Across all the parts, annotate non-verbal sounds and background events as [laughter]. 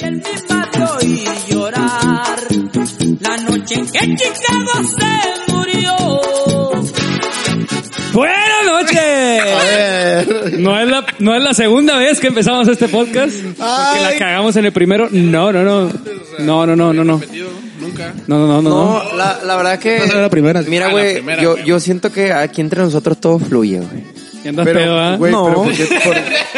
y en mi patio y llorar. La noche en que Chicago se murió. Buenas noches. No es, la, no es la segunda vez que empezamos este podcast. Porque la Ay. cagamos en el primero. No, no, no. No, no, no, no, no. repetido, nunca. No, no, no, no. No, la, la verdad que. Esa era la primera. Mira, Ah, la güey, primera, yo, güey. yo siento que aquí entre nosotros todo fluye, güey. Ya andas pedo, ¿ah? güey, No. pero pues ¿por qué? [laughs] Por-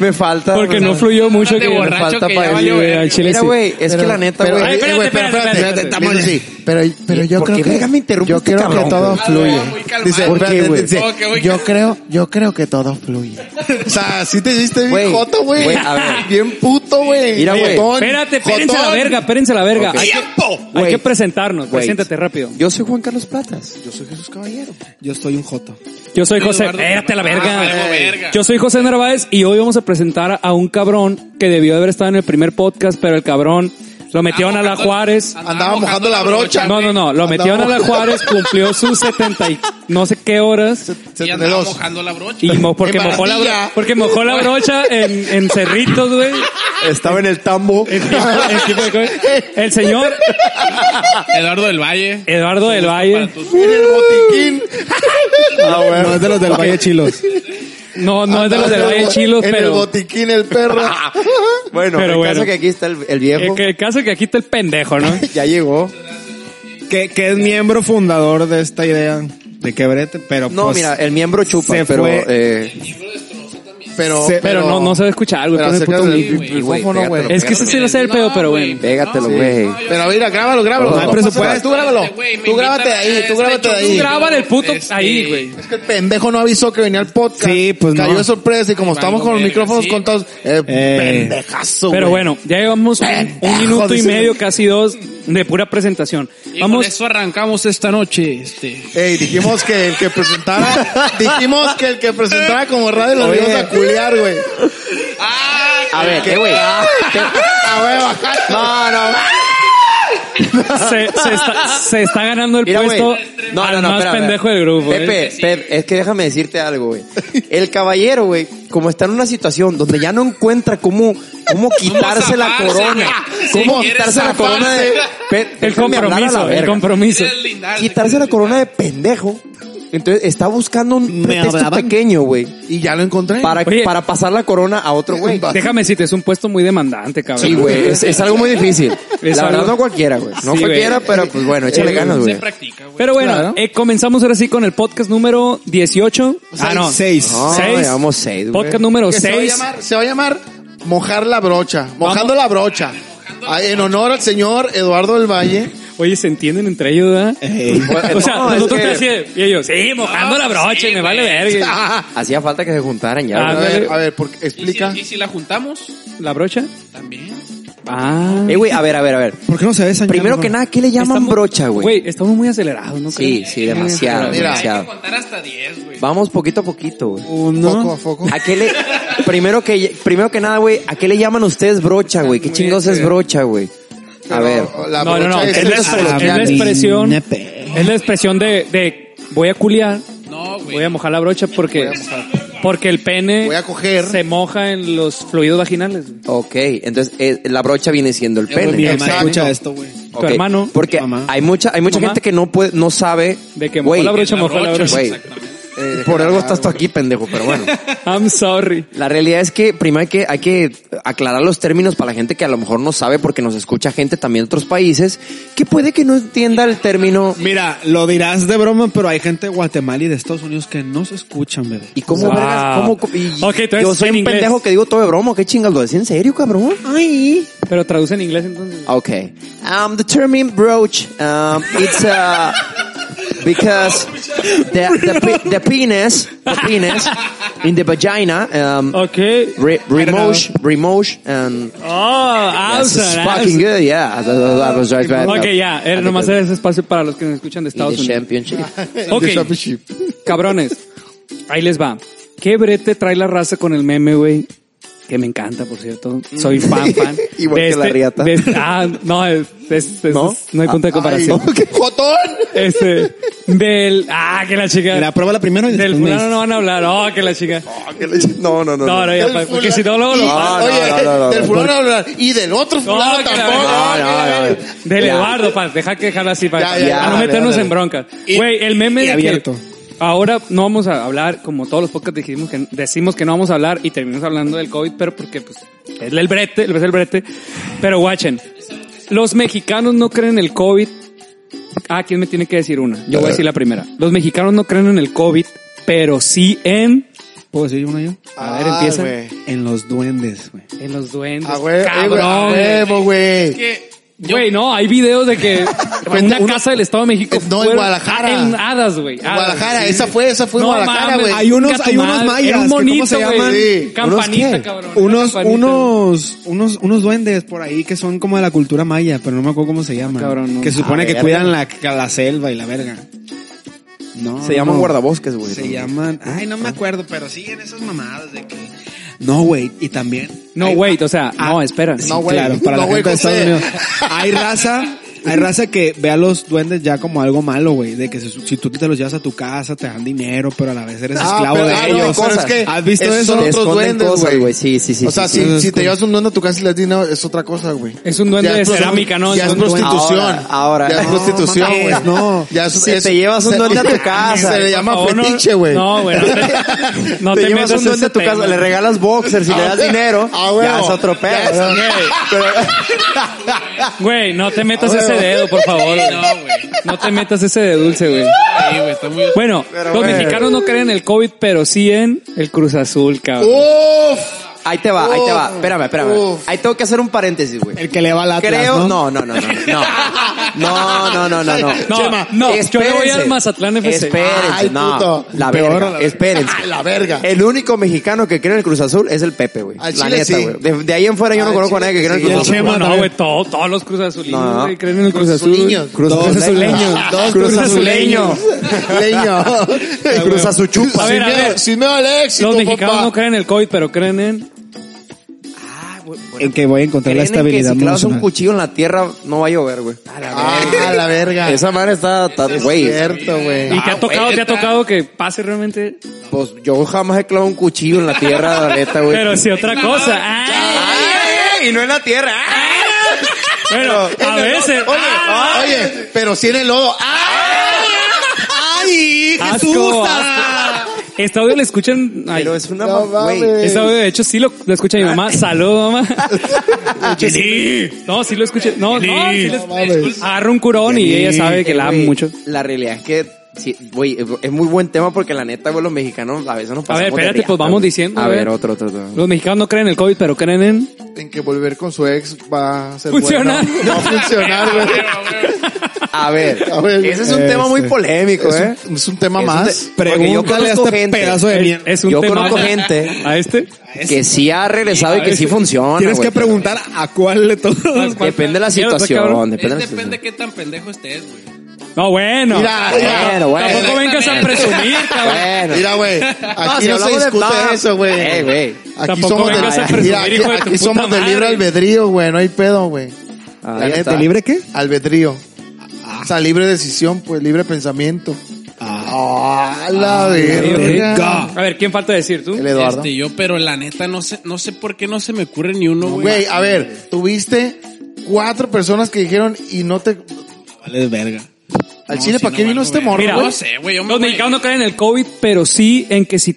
me falta. Porque me no falta- fluyó mucho Ándate, que borracho, falta que pa' ya decir, valió güey, al verga. chile Mira, sí. güey, es que Pero- la neta, pero- güey. Ay, espérate, güey, pero espérate, espérate. espérate, espérate, estamos así. Pero, pero yo ¿Por creo qué que. verga me interrumpes yo este creo cabrón, que todo güey? fluye. Ah, muy calmado. Dice, ¿Por qué, espérate, güey? dice, Ok, voy yo calmado. creo, yo creo que todo fluye. O sea, sí te hiciste Güey, bien joto, güey. güey, a ver. Bien puto, güey. Mira, güey, Jotón, Espérate, espérense a la jotón. verga, espérense a la verga. Ok. Hay, ¡Tiempo! hay que Wait. presentarnos. Wait. Preséntate rápido. Yo soy Juan Carlos Platas. Yo soy Jesús Caballero. Yo soy un joto. Yo soy José. Eduardo, Espérate a la ah, valemos verga. verga. Yo soy José Narváez y hoy vamos a presentar a un cabrón que debió haber estado en el primer podcast, pero el cabrón lo Ah, metieron a la Juárez. Andaba mojando la brocha. No, no, no. Lo metieron a la Juárez, cumplió sus 70 y no sé qué horas. Y andaba mojando la brocha. Y mo- porque, En mojó la bro- Barranquilla. porque mojó la brocha en, en cerritos, [laughs] güey. Estaba en el [laughs] tambo. El tipo- el tipo de cosas. El señor Eduardo del Valle. Eduardo del Valle. Para tus- En [laughs] el botiquín. [laughs] Ah, No es de los del Valle Chilos. No, no es de los del Valle Chilos, En el pero. botiquín, el [laughs] perro. Bueno, Pero el bueno. caso que aquí está el, el viejo. El, el caso es que aquí está el pendejo, ¿no? Eh, Ya llegó. Que, que es miembro fundador de esta idea de quebrete, pero No, pues, mira, el miembro chupa, se pero... fue- Eh, Pero, Se- Pero no, no se va a escuchar, güey. Pero pone acércate puto del mil. micrófono, pues, güey, güey. pégatelo, Es que ese sí pégatelo. lo hace el pedo, pero bueno. No, Pégatelo, güey. güey. No, yo- Pero mira, grábalo, grábalo. No hay presupuesto. Tú grábalo. Güey, me Tú grábate invitan a ahí, tú este grábate show. ahí. Graba el puto Este- ahí, güey. Es que el pendejo no avisó que venía el podcast. Sí, pues, Cayó no. de sorpresa y como estamos con los verga, micrófonos sí. contados, eh, Eh. pendejazo, Pero güey. bueno, ya llevamos un, un minuto y dice. medio, casi dos, de pura presentación. Y con Vamos, eso arrancamos esta noche. Este. Ey, dijimos que el que [laughs] presentara, dijimos que el que presentara como radio lo íbamos a culiar, güey. Ah, a ver, ¿qué, güey? A ver, bajar. No, no. se, se está, se está ganando el Mira, güey. puesto No, al no, no, más espera, pendejo espera. del grupo. ¿eh? Pepe, Pepe, es que déjame decirte algo, güey. El caballero, güey, como está en una situación donde ya no encuentra cómo, cómo quitarse la zafarse, corona. güey? Si Cómo quieres quitarse la zafarse. corona de... Pe- El déjame hablar a la compromiso, el verga. compromiso. Quieres lindar, Quitarse la corona de pendejo. Entonces está buscando un Me pretexto hablaban. pequeño, güey. Y ya lo encontré. Para, Oye. para pasar la corona a otro [laughs] güey. Déjame decirte, es un puesto muy demandante, cabrón. Sí, güey, es, es algo muy difícil. Es la verdad algo- no cualquiera, güey. No Sí, cualquiera, güey. pero pues bueno, échale Eh, ganas, Se güey. practica, güey. Pero bueno, Claro. eh, comenzamos ahora sí con el podcast número 18. ah, no. seis. No, Seis. llevamos seis, güey. Podcast número Que se va a 6. llamar, se va a llamar mojar la brocha, mojando la brocha. Ah, En honor al señor Eduardo del Valle. Oye, ¿se entienden entre ellos, verdad? [laughs] Eh, O sea, Eh, No, es nosotros que- tres y- y ellos, sí, mojando No, la brocha, sí, me vale güey. [laughs] verga. Hacía falta que se juntaran ya. Ah, A güey. ver, Ándale. a ver, porque ¿Y si, explica. y si la juntamos? ¿La brocha? También. Ah. Eh, güey, a ver, a ver, a ver. ¿Por qué no se ve Primero que nada, ¿qué le llaman Estamos- brocha, güey? Güey, estamos muy acelerados, ¿no? Sí, crees? sí, demasiado, Mira. Hay que demasiado. contar hasta 10, güey. Vamos poquito a poquito, güey. Uh. Foco a foco. ¿A qué le... Primero que, primero que nada, güey, ¿a qué le llaman ustedes brocha, güey? ¿Qué chingados es brocha, güey? A Pero ver. la no, no, no. brocha es Es la, el expre- es la coloquial. expresión. Es la expresión de, de voy a culiar, No, güey. voy a mojar la brocha porque, Voy a porque el pene Voy a coger. se moja en los fluidos vaginales. güey. Ok, entonces eh, la brocha viene siendo el pene. Mi mamá Exacto. escucha esto, güey. Ok, Tu hermano, Porque tu mamá, hay mucha, hay mucha mamá. gente que no puede, no sabe. De que mojó güey, la brocha, La mojó la brocha, brocha. Güey. Exactamente. eh, por algo estás tú aquí, pendejo, pero bueno. I'm sorry. [laughs] La realidad es que primero hay que, hay que aclarar los términos para la gente que a lo mejor no sabe porque nos escucha gente también de otros países que puede que no entienda el término. Mira, lo dirás de broma, pero hay gente de Guatemala y de Estados Unidos que no se escuchan, bebé. ¿Y cómo Wow. vergas? ¿Cómo? co- y Ok, entonces, yo soy en un inglés. pendejo que digo todo de broma. ¿Qué chingas lo decís en serio, cabrón? Ay. Pero traduce en inglés entonces. Ok. Um, the term in brooch, um, it's [laughs] uh, because the, the, pe- the penis, the penis in the vagina, um, Ok. Re- Remosh, Remosh, and Oh, awesome. this is awesome. fucking good, yeah. That- that- that was right, right, Ok, right. ya, era And nomás the- era ese espacio para los que nos escuchan de y the Estados Unidos. [laughs] championship. Ok, Championship. cabrones, ahí les va. ¿Qué brete trae la raza con el meme, güey? Que que me encanta, por cierto. Soy fan, fan. Mm. [laughs] Igual de que la riata. de este- ah, no, es, es- es- ¿No? Ah, no hay punto de comparación. Ay, no, [laughs] ¡Qué jotón! [laughs] Este, del, ah, que la chica. Mira, pruébala primero y del después me fulano dices. no van a hablar, oh, que la chica. No, no, Ah, no. No, no, ya, pa- porque si no, luego lo. No, no, Oye, no, no, no, del no. fulano hablar. Y del otro fulano que la- tampoco. no, no, no. Del Ya. Eduardo, para dejar que dejarlo así, para, Ya, ya, para ya, no dale, meternos dale. en bronca. Y- Güey, el meme y de abierto. que ahora no vamos a hablar, como todos los podcasts dijimos que decimos que no vamos a hablar y terminamos hablando del COVID, pero porque pues es el brete, es el brete. Pero guachen, los mexicanos no creen en el COVID. Ah, ¿quién me tiene que decir una? Yo voy a decir la primera. Los mexicanos no creen en el COVID, pero sí en... ¿Puedo decir una yo? A ver, empieza. Ay, Ah, güey. En los duendes, güey. En los duendes. A huevo, eh, güey, a cabrón, güey. huevo, güey. Que yo- Güey, no, hay videos de que en una casa del Estado de México. No, en fueron- Guadalajara. En hadas, güey. hadas. Guadalajara, esa fue, esa fue No Guadalajara, mames, güey. Hay unos, Chinga tu hay unos madre, mayas. era un que ¿Cómo monito, se güey. llaman? Sí. Campanita, ¿Unos qué? cabrón, una Unos, campanita. unos, unos, unos duendes por ahí que son como de la cultura maya, pero no me acuerdo cómo se llaman. Cabrón, no. Que se supone Ah, que verga. cuidan la, la selva y la verga. No. Se llaman no. guardabosques, güey. Se llaman. Ay, no me acuerdo, pero siguen esas mamadas de que. No, güey. Y también. No, Ay, wait, o sea, ah, no, espera. Sí, No, güey. Claro, para No, la güey, gente José. de Estados Unidos. Hay raza, hay raza que ve a los duendes ya como algo malo, güey. De que si, si tú te los llevas a tu casa, te dan dinero, pero a la vez eres Ah, esclavo pero- de ah, no, ellos. pero es cosas. que ¿Has visto esos eso? Son otros Esconden duendes, cosas, güey. güey. Sí, sí, sí. o sea, sí, sí. si, si te llevas un duende a tu casa y le das dinero, es otra cosa, güey. Es un duende Ya de prosti- cerámica, ¿no? Ya Es es un duende. prostitución. Ahora, ahora. Ya es No, prostitución, mames, güey. no. Ya Si te llevas un [laughs] se- duende a tu casa, Se le por llama favor, Oh, no- fetiche, güey. No, güey. No te, no te, te llevas metas un duende ese a tu casa, tema. le regalas boxers y le das dinero, ah, huevo. ya es otro pedo. Ya es- ¿no? Pero- Güey, no te metas ese dedo, por favor. güey. No, güey. No te metas ese de dulce, güey. Sí, güey, está muy... Bueno, Pero, los güey. mexicanos no creen en el COVID, pero sí en el Cruz Azul, cabrón. Uf. Ahí te va, ahí te va. Uf, Espérame, espérame. uf. Ahí tengo que hacer un paréntesis, güey. El que le va al Atlas, Creo, no, ¿no? no, no, no, [laughs] no, no, no, no, no, no. No, Chema, no, yo le voy Espérense. al Mazatlán FC. Espérense, Ay, no. puto. La Peor, verga, la verga. espérense. Ah, la verga. El único mexicano que cree en el Cruz Azul es el Pepe, güey. La Al Chile neta, sí. güey. De, de ahí en fuera yo no Al conozco a Chile nadie que crea en el Cruz sí. Y el Azul. Chema No, no, también. güey, todo- todos los Cruz Azulinos, No. güey, creen en el Cruz Azul. Cruzazuliños. Cruz Dos Azuleños. azuleños. Dos Cruz Cruz Azuleños. Leño. [laughs] Cruz Azuchupa. A ver, Sin a miedo- ver. Sin miedo al éxito, Los mexicanos papá. no creen en el COVID, pero creen en... En que voy a Creen encontrar la en que estabilidad si clavas un emocional. cuchillo en la tierra no va a llover, güey. Ah, la verga. Esa madre está, está- güey. Cierto, güey. Ah, Y te ha tocado, te ha tocado que pase realmente... Pues yo jamás he clavado un cuchillo en la tierra, la neta, güey. Pero si otra cosa. Ah, ¡Ay! Y no en la tierra. Pero a veces... Oye, ah, oye, pero si en el lodo. ¡Ay! Ah. asco, asco. Este audio lo escuchan... ay, Pero es una No ma- güey. mames. Este audio, de hecho, sí lo, lo escucha mi mamá. Saludos, [laughs] mamá. No, sí lo escucha. No, no, sí lo mames. escucha. Agarra un curón y ella sabe que la ama Güey, mucho. La realidad es que sí, güey, es muy buen tema porque la neta, güey, los mexicanos a veces nos A pasamos ver, de espérate, riata, pues vamos güey. diciendo. A ver, otro, otro, otro. Los mexicanos no creen en el COVID, pero creen en... En que volver con su ex va a ser Funcionar. bueno. Va a funcionar, [laughs] güey. [laughs] A ver, A ver, ese es un tema muy este. polémico, Es ¿eh? un, es un tema Es un más. te- porque yo Pregúntale a conozco este gente. pedazo de mierda. Es un Yo tema- conozco gente. ¿A este? Que sí ha regresado y que sí funciona. Tienes güey, que preguntar a cuál le toca. pero Depende de Mira, la está situación. cabrón. Depende de Es la depende situación. qué tan pendejo estés, güey. No, bueno. Mira, Bueno, bueno. Tampoco vengas a presumir, cabrón. Bueno. Mira, güey. Aquí si no, se hablamos de discute paz, eso, güey. eh, güey. Aquí Tampoco somos vengas a de, presumir, mira, aquí, hijo de tu aquí puta somos de madre. libre albedrío, güey. No hay pedo, güey. Ah, La ahí neta, está. ¿Te libre qué? Albedrío. O sea, libre decisión, pues, libre pensamiento. Ah, la verga. A ver, ¿quién falta decir tú? El Eduardo. Este, yo, pero la neta, no sé, no sé por qué no se me ocurre ni uno, güey. Ah, Güey, a ver, tuviste cuatro personas que dijeron y no te... ah, Vale, verga. Al No, chile, sí, ¿para no qué vino valgo, este güey. morro, Mira, güey? No sé, güey. yo me Los voy- mexicanos no creen en el COVID, pero sí en que si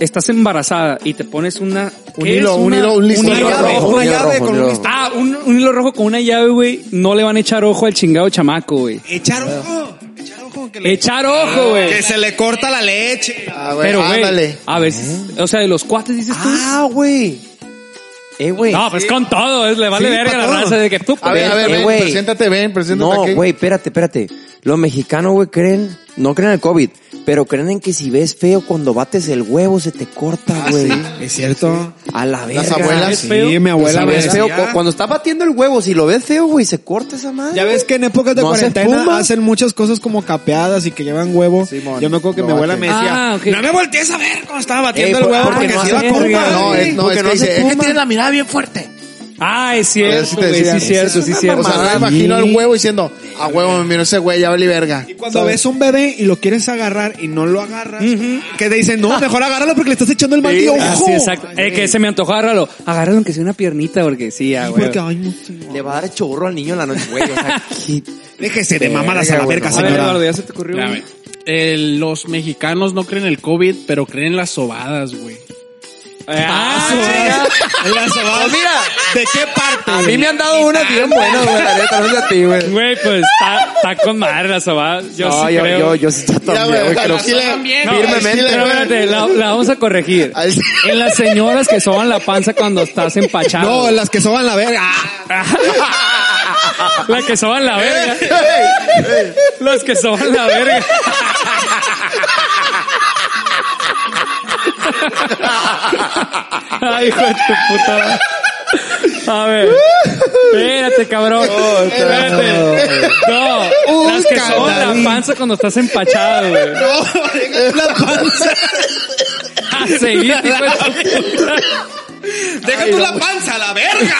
estás embarazada y te pones una... Un ¿qué hilo, es un una- hilo, un listón hilo rojo, rojo. Una llave con un Ah, un, un hilo rojo con una llave, güey. No le van a echar ojo al chingado chamaco, güey. Echar ojo. Echar ojo. Que, le- Echar ojo, Ah, güey. que se le corta la leche. Ah, güey, Pero, güey, ándale. a veces... O sea, de los cuates dices tú... Ah, güey. Eh, güey. No, pues con todo, es- le vale Sí, verga pa' la todo. raza de que tú. A ver, a ver, Eh, ven, güey. preséntate, ven, preséntate No, aquí. güey, espérate, espérate. Los mexicanos, güey, creen no creen en el COVID, pero creen en que si ves feo cuando bates el huevo se te corta, güey. Es cierto. A la verga. Ah, Las abuelas. Sí, feo? mi Pues, abuela me ¿ves decía. feo? Cu- Cuando estás batiendo el huevo, si lo ves feo, güey, se corta esa madre. Ya ves que en épocas de ¿No hace cuarentena espuma? hacen muchas cosas como capeadas y que llevan huevo. Simón, Yo me acuerdo que lo mi abuela bate. me decía, Ah, ok. no me voltees a ver cómo estaba Ey, batiendo por- el huevo porque porque, no se hace iba a espuma, comprar. No, es, no, Porque es que no se dice, es que fuma. tiene la mirada bien fuerte. Ah, es Eso cierto, sí te güey, decía. sí, cierto, sí, O cierto. sea, no me imagino al huevo diciendo, a huevo me miró ese güey, ya vale verga. Y cuando ves un bebé y lo quieres agarrar y no lo agarras, que te dicen, no, mejor agárralo porque le estás echando el mal Sí, tío, Ah, ojo. sí, exacto. Eh, que se me antojó, agárralo. Agárralo aunque sea una piernita, porque sí, ah, güey. Porque, ay, no, Le va a dar chorro al niño en la noche, güey. O [laughs] sea, qué- Déjese de mamadas a la verga, A ver, Eduardo, señora. ya se te ocurrió. Espérame. Eh, los mexicanos no creen el COVID, pero creen las sobadas, güey. Ah, Las sobadas. Oh, ¿De qué parte? A mí me han dado una bien buena, güey. La neta, no sé a ti, güey. Güey, pues está, está con madre la sobada. Yo no, sí yo, creo. yo, yo sí trato Ya, también, güey, güey. que lo- al chile- No, firmemente, Pero espérate, la, la vamos a corregir. Al- En las señoras que soban la panza cuando estás empachado. No, las que soban la verga. La que soban la [laughs] verga. Los que soban la verga. Ay, hijo de tu puta. madre. A ver. Espérate, cabrón. Espérate. No, Un las que soban canarín. la panza cuando estás empachado, güey. La panza. A seguir, hijo de tu Deja tú la panza, la verga.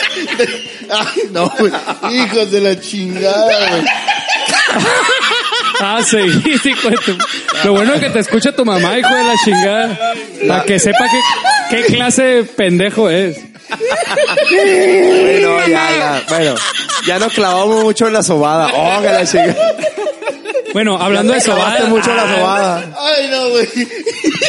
[laughs] Ay, no, güey. Hijos de la chingada, güey. Ah, sí, [laughs] hijo de tu... Lo bueno que te escucha tu mamá, hijo de la chingada. Para que sepa qué, qué clase de pendejo es. [laughs] Bueno, ya, ya. Bueno, ya nos clavamos mucho en la sobada. Oh, que la chica. Bueno, hablando de sobada. Clavaste mucho en la ah, sobada. Ay, no, güey.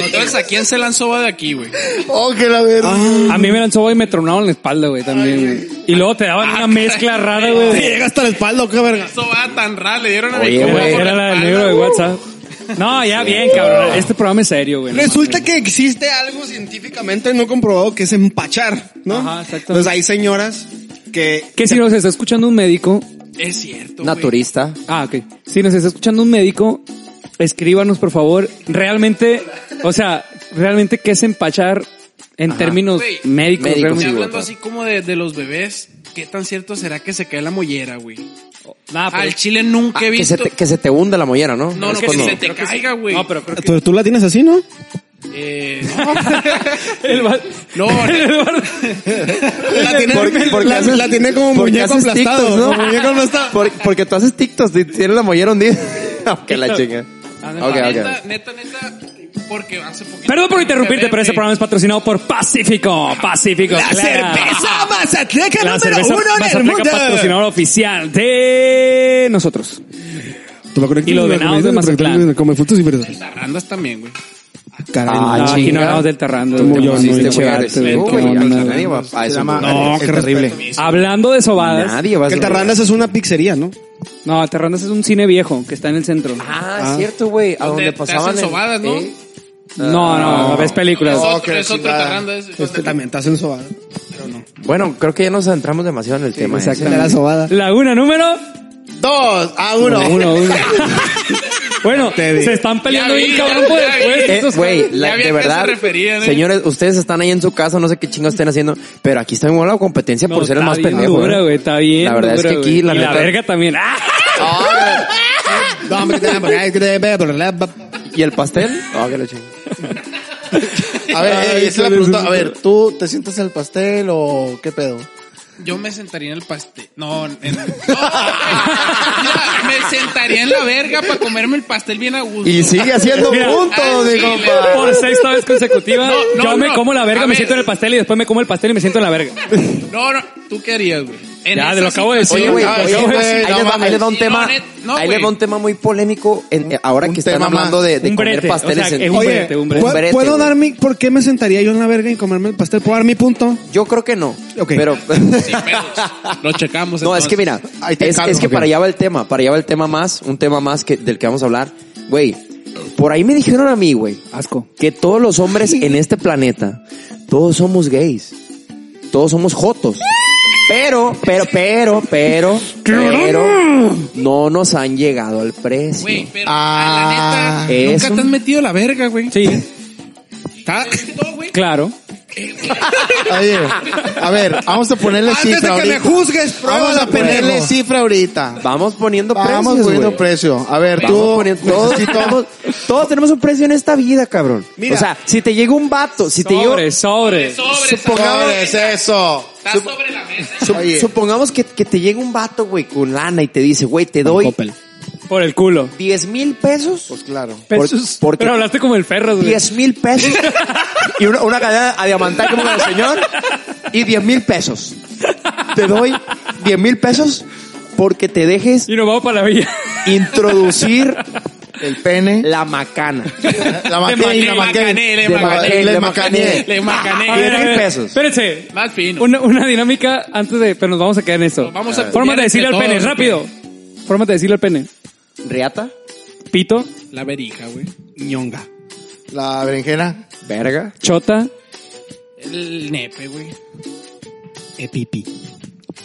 Entonces, ¿a quién se la han sobado aquí, güey? Oh, que la verga. A mí me lanzó y me tronaron la espalda, güey, también. güey. Y luego te daban una mezcla rara, güey. Llega hasta la espalda, qué verga. Sobada tan rara, le dieron a Oye, mi Güey, compa por Era la del espalda. negro de WhatsApp. No, ya bien, cabrón. Este programa es serio, güey. Resulta que existe algo científicamente no comprobado que es empachar, ¿no? Ajá, exactamente. Entonces hay señoras que Que si nos está escuchando un médico. Uh, Es cierto, güey. Naturista. Ah, ok. Si nos está escuchando un médico, escríbanos, por favor. Realmente, o sea, realmente qué es empachar en términos Güey, médicos. médicos, Ya realmente. sí, güey. hablando así como de, de los bebés, ¿qué tan cierto será que se cae la mollera, güey? Nah, pero- Al chile nunca he Ah, que, visto... se te, que se te hunda la mollera, ¿no? No, no, Es que cuando- [laughs] se te creo que sí. caiga, güey. No, pero creo que... [laughs] ¿Tú, tú la tienes así, ¿no? [laughs] Eh, El va- no, el va- La tiene, Porque- porque la, haces- la tiene como porque muñeco haces aplastado, TikToks, ¿no? como muñeco aplastado. Por- porque tú haces TikToks y tienes la mollera hundida. [laughs] Que la chinga. Ah, Ok, neta, ok. neta, neta, porque hace poquito... Perdón por interrumpirte, Bebé, pero este güey. programa es patrocinado por Pacífico. Pacífico, La claro. cerveza Mazatleca La número cerveza uno en Mazateca, el mundo. patrocinador oficial de nosotros. Y los venados de Mazatlán. Come frutas y verduras. Arrandas también, güey. Caray, Ah, No, aquí no chinga. hablamos del Terrando. Como del yo, Terrando, no, del Hiciste pinche muy Cheval, agresivo, del güey. Terrando, nada. Nadie va a eso. llama- No, qué es terrible. Hablando de sobadas. Nadie va a que el Tarrandas es una pizzería, ¿no? No, Terrandas es un cine viejo que está en el centro. Ah, es cierto, güey. A Donde donde te pasaban. hacen el- sobadas, ¿no? eh, No, no, ves películas. Es Oh, otro, qué es otro chingada. te arrandas, es Este también está en sobada. Bueno, creo que ya nos adentramos demasiado en el tema. ¿eh? Exactamente. La sobada. Laguna número Dos a uno. uno. [laughs] uno. bueno, Te vi. se están peleando Ya bien vi, cabrón ya por vi, el ya vi. puesto, Eh, estos Güey, cabrones. la- Ya vi a de qué verdad, se referían, ¿eh? señores, ustedes están ahí en su casa, no sé qué chingados estén haciendo, pero aquí está muy la competencia por No, ser el está más bien pendejo. dura, ¿eh? güey, está bien. La verdad es dura, que aquí, güey. la Y neta- verga también. ¡Ah! Ah, ¿Y el pastel? Ah, que la chinga. A ver, eh, esa es la pregunta. A ver, ¿tú te sientas al pastel o qué pedo? Yo me sentaría en el pastel. No, en- [laughs] no, güey. Mira, me sentaría en la verga para comerme el pastel bien a gusto. Y sigue [laughs] haciendo Mira, puntos, así mi le- compa. Por sexta vez consecutiva, No, no, yo me no. como la verga, A me ver. siento en el pastel y después me como el pastel y me siento en la verga. No, no, ¿tú qué harías, güey? En Ya, esa te lo acabo de decir. Oye, Sí, güey, no, oye, sí, güey, güey, ahí les no va- mames. ahí les va un Sí, tema, no, net- no, ahí les va güey. un tema muy polémico en- eh, ahora Un que están tema más. hablando de, de Un comer brete, pasteles o sea, en- es un Oye, brete, un brete. ¿pu- Un brete, ¿puedo güey. dar mi, por qué me sentaría yo en la verga y comerme el pastel? ¿Puedo dar mi punto? Yo creo que no, [laughs] Ok. pero pedos. Lo checamos. No, es entonces. que mira, Ahí te es, encargo, es que ok. para allá va el tema, para allá va el tema más, un tema más que, del que vamos a hablar. Güey, por ahí me dijeron a mí, güey, Asco. que todos los hombres en este planeta, todos somos gays, todos somos jotos. Pero, pero, pero, pero, pero, no nos han llegado al precio. Güey, pero Ah, a la neta, nunca eso. te has metido la verga, güey. Sí, Está- No, güey. claro. Oye, a ver, vamos a ponerle Antes de cifra que me ahorita. juzgues, pues. Vamos pruébala, a ponerle pendejo. cifra ahorita. Vamos poniendo Vamos precios, poniendo güey. precio. A ver, Vamos tú, poniendo- todos, necesito- todos, todos tenemos un precio en esta vida, cabrón. Mira. o sea, si te llega un vato, si te llega... Sobre, sobre. Sobre, Supongamos sobre, es eso. está sobre la mesa. Sup- Oye. supongamos que, que te llega un vato, güey, con lana y te dice, güey, te doy Coppel. Por el culo. 10 mil pesos. Pues claro. Por- Pesos. porque- Pero hablaste como el ferro, güey. 10 mil pesos. [laughs] y una, una cadena a diamantar como la del señor. Y 10 mil pesos. Te doy 10 mil pesos porque te dejes Y nos vamos para la villa. introducir El pene. la macana. La maqué y la maqué. le de macané, Le le macané. macané. le macané. A ver, a ver, pesos. Espérense. Más fino. Una, una dinámica antes de... Pero nos vamos a quedar en esto. Nos vamos a- Forma de decirle al entre pene, todos, rápido. Forma de decirle al pene. Riata. Pito, La verija, güey. Ñonga. La berenjena. Verga. chota, El nepe, güey. Eh. Epipi.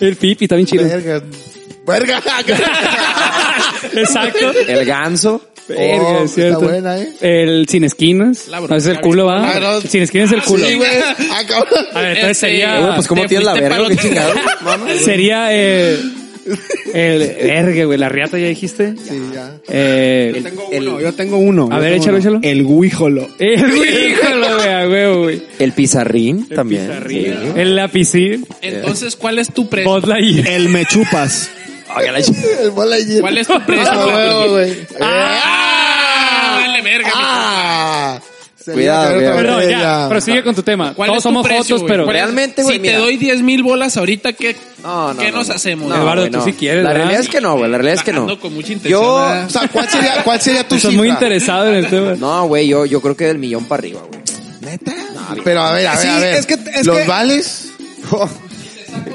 el pip y está bien chido. Verga. Verga. Exacto. El ganso. Verga, Oh, es cierto. está buena, ¿eh? El sin esquinas. La No, bro- ese es el culo, va. Ah, no. Sin esquinas es el culo. Sí, güey. Acabo- A ver, entonces Este, sería... eh, Güey, pues cómo te tienes la fuiste verga, pa'l qué otro- chingado. Mamá. Sería eh, el verga, güey. La riata ya dijiste. Sí, ya. Eh, El- Yo tengo uno. A yo ver, tengo échalo, uno. échalo. El guíjolo. el híjole, güey, a huevo, güey. El pizarrín también. Pizarrín, El lapicín. Entonces, ¿cuál es tu precio? Bud Light. El me chupas. El bola allí. ¿Cuál es [laughs] tu precio? Ah, huevo, güey. Ah, vale, verga. Ah. Se le Cuidado, iba a caer otra Perdón, botella. ya. Prosigue con tu tema. ¿Cuál Todos es tu somos precio, fotos, güey? pero... ¿Cuál es- Realmente, güey, Si te mira. doy 10 mil bolas ahorita, ¿qué, No, no, ¿qué no, nos no. hacemos? No, güey? Eduardo, güey, tú no. sí quieres, La ¿verdad? realidad es que no, güey. La realidad es que no. Ando con mucha intención, yo, ¿verdad? O sea, ¿cuál sería, cuál sería tu Estás cifra? muy interesado en el tema. [laughs] no, güey, yo, yo creo que del millón para arriba, güey. ¿Neta? Ah, Pero a ver, a ver, Sí, a ver. es que- es ¿Los que- vales?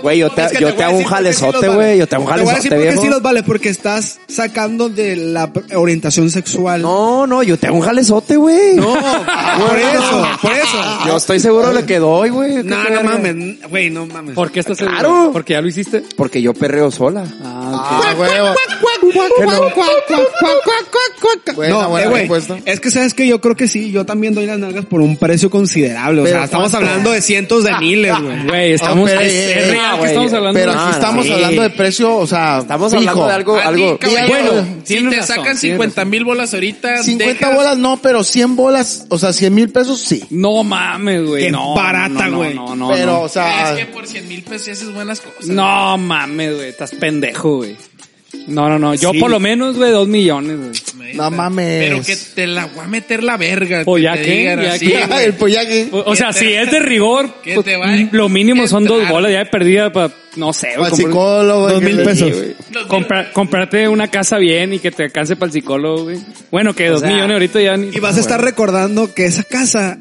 Güey, yo te, Es que yo voy te a hago un decir por qué sí los jalezote, vale. güey. Yo te hago un Te voy a jalezote, decir por qué viejo. sí los vale, porque estás sacando de la pr- orientación sexual. No, no, yo te hago un jalezote, güey. No, por eso, por eso. Yo estoy seguro de lo que doy, güey. ¿Qué No, te no verga? mames, güey, no mames. ¿Por qué estás seguro? Claro. Porque ya lo hiciste. Porque yo perreo sola. Ah, huevo. Que no. Buena, No, buena eh, güey, respuesta. es que sabes que yo creo que sí, yo también doy las nalgas por un precio considerable, o Pero sea, estamos ¿cuánto? hablando de cientos de miles, güey. Güey, estamos... pero, es, eh, es eh, real que güey, estamos hablando Pero de- aquí Ah, estamos sí. hablando de precio, o sea, Estamos fijo. hablando de algo, A ti, algo. caballero, Bueno, si tienes te razón, sacan tienes 50 mil bolas ahorita, 50 dejas- bolas no, pero 100 bolas, o sea, 100 mil pesos sí. No mames, güey. Qué no, barata, no, no, güey. No, no, pero, no. o sea, ah. Es que por 100 mil pesos ya haces buenas cosas. No mames, güey. Estás pendejo, güey. No, no, no. Yo Sí. por lo menos, güey, dos millones, güey. güey. No mames. Pero que te la voy a meter la verga. Pues que ya te que, digan ya así, que. güey. el pollaque. O, o sea, Que si te- es de rigor, que pues, te va a lo mínimo son dos entrar. bolas ya de perdida para, no sé, güey, Al comprar- psicólogo. Dos mil que- pesos. Los comprar- comprarte una casa bien y que te alcance para el psicólogo, güey. Bueno, que dos sea, millones ahorita ya ni... Y vas a estar recordando que esa casa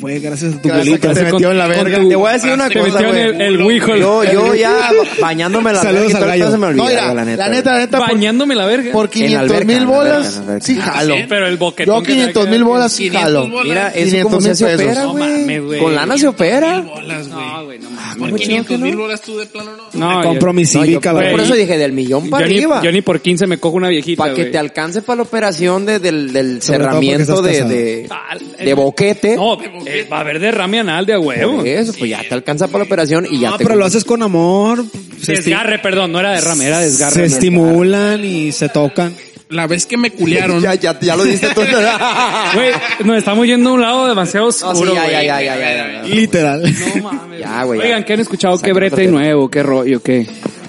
fue gracias a tu Gracias a abuelita. que te con- metió en la con verga. tu- Te voy a decir una Te cosa, metió en el- güey. el Wijol. Yo, yo ya bañándome la Saludos verga y todo al el gallo. pedo se me olvidó, No, mira, la neta. la neta, la neta, por, Bañándome la verga. por En la 500 alberca, mil en la bolas, alberca, en la alberca. sí jalo. Pero el boquetón Yo que te va a 500 mil quedar- bolas 500 jalo. bolas. Mira, eso 500 como se mil pesos. opera, No mames, güey. güey. Con lana se opera. bolas, güey. Ah, No, güey, no mames. Por 500 mil bolas tú de plano no. No, yo- Compro mi cívica, yo- la güey. Por verdad. eso dije del millón yo para ni- arriba. yo ni por 15 me cojo una viejita, Para que güey. te alcance para la operación de- del, del Sobre todo cerramiento porque de, estás de, Ah, el- de boquete. No, eh, va a haber derrame anal de a huevo. Por eso, pues ya te alcanza para la operación y ya No, te. pero lo haces con amor. Se, esti- Desgarre, perdón, no era derrame, era desgarre. se estimulan y se tocan. La vez que me culearon. Ya, ya, ya lo diste tú. no, Ah. Güey, nos estamos yendo a un lado demasiado sí, oscuro, ya, güey. ya, ya, ya, ya, ya. Literal. No mames. Ya, güey, ya. Oigan, ¿qué han escuchado? ¿Qué Saca otro brete tema. nuevo? ¿Qué rollo? ¿Qué?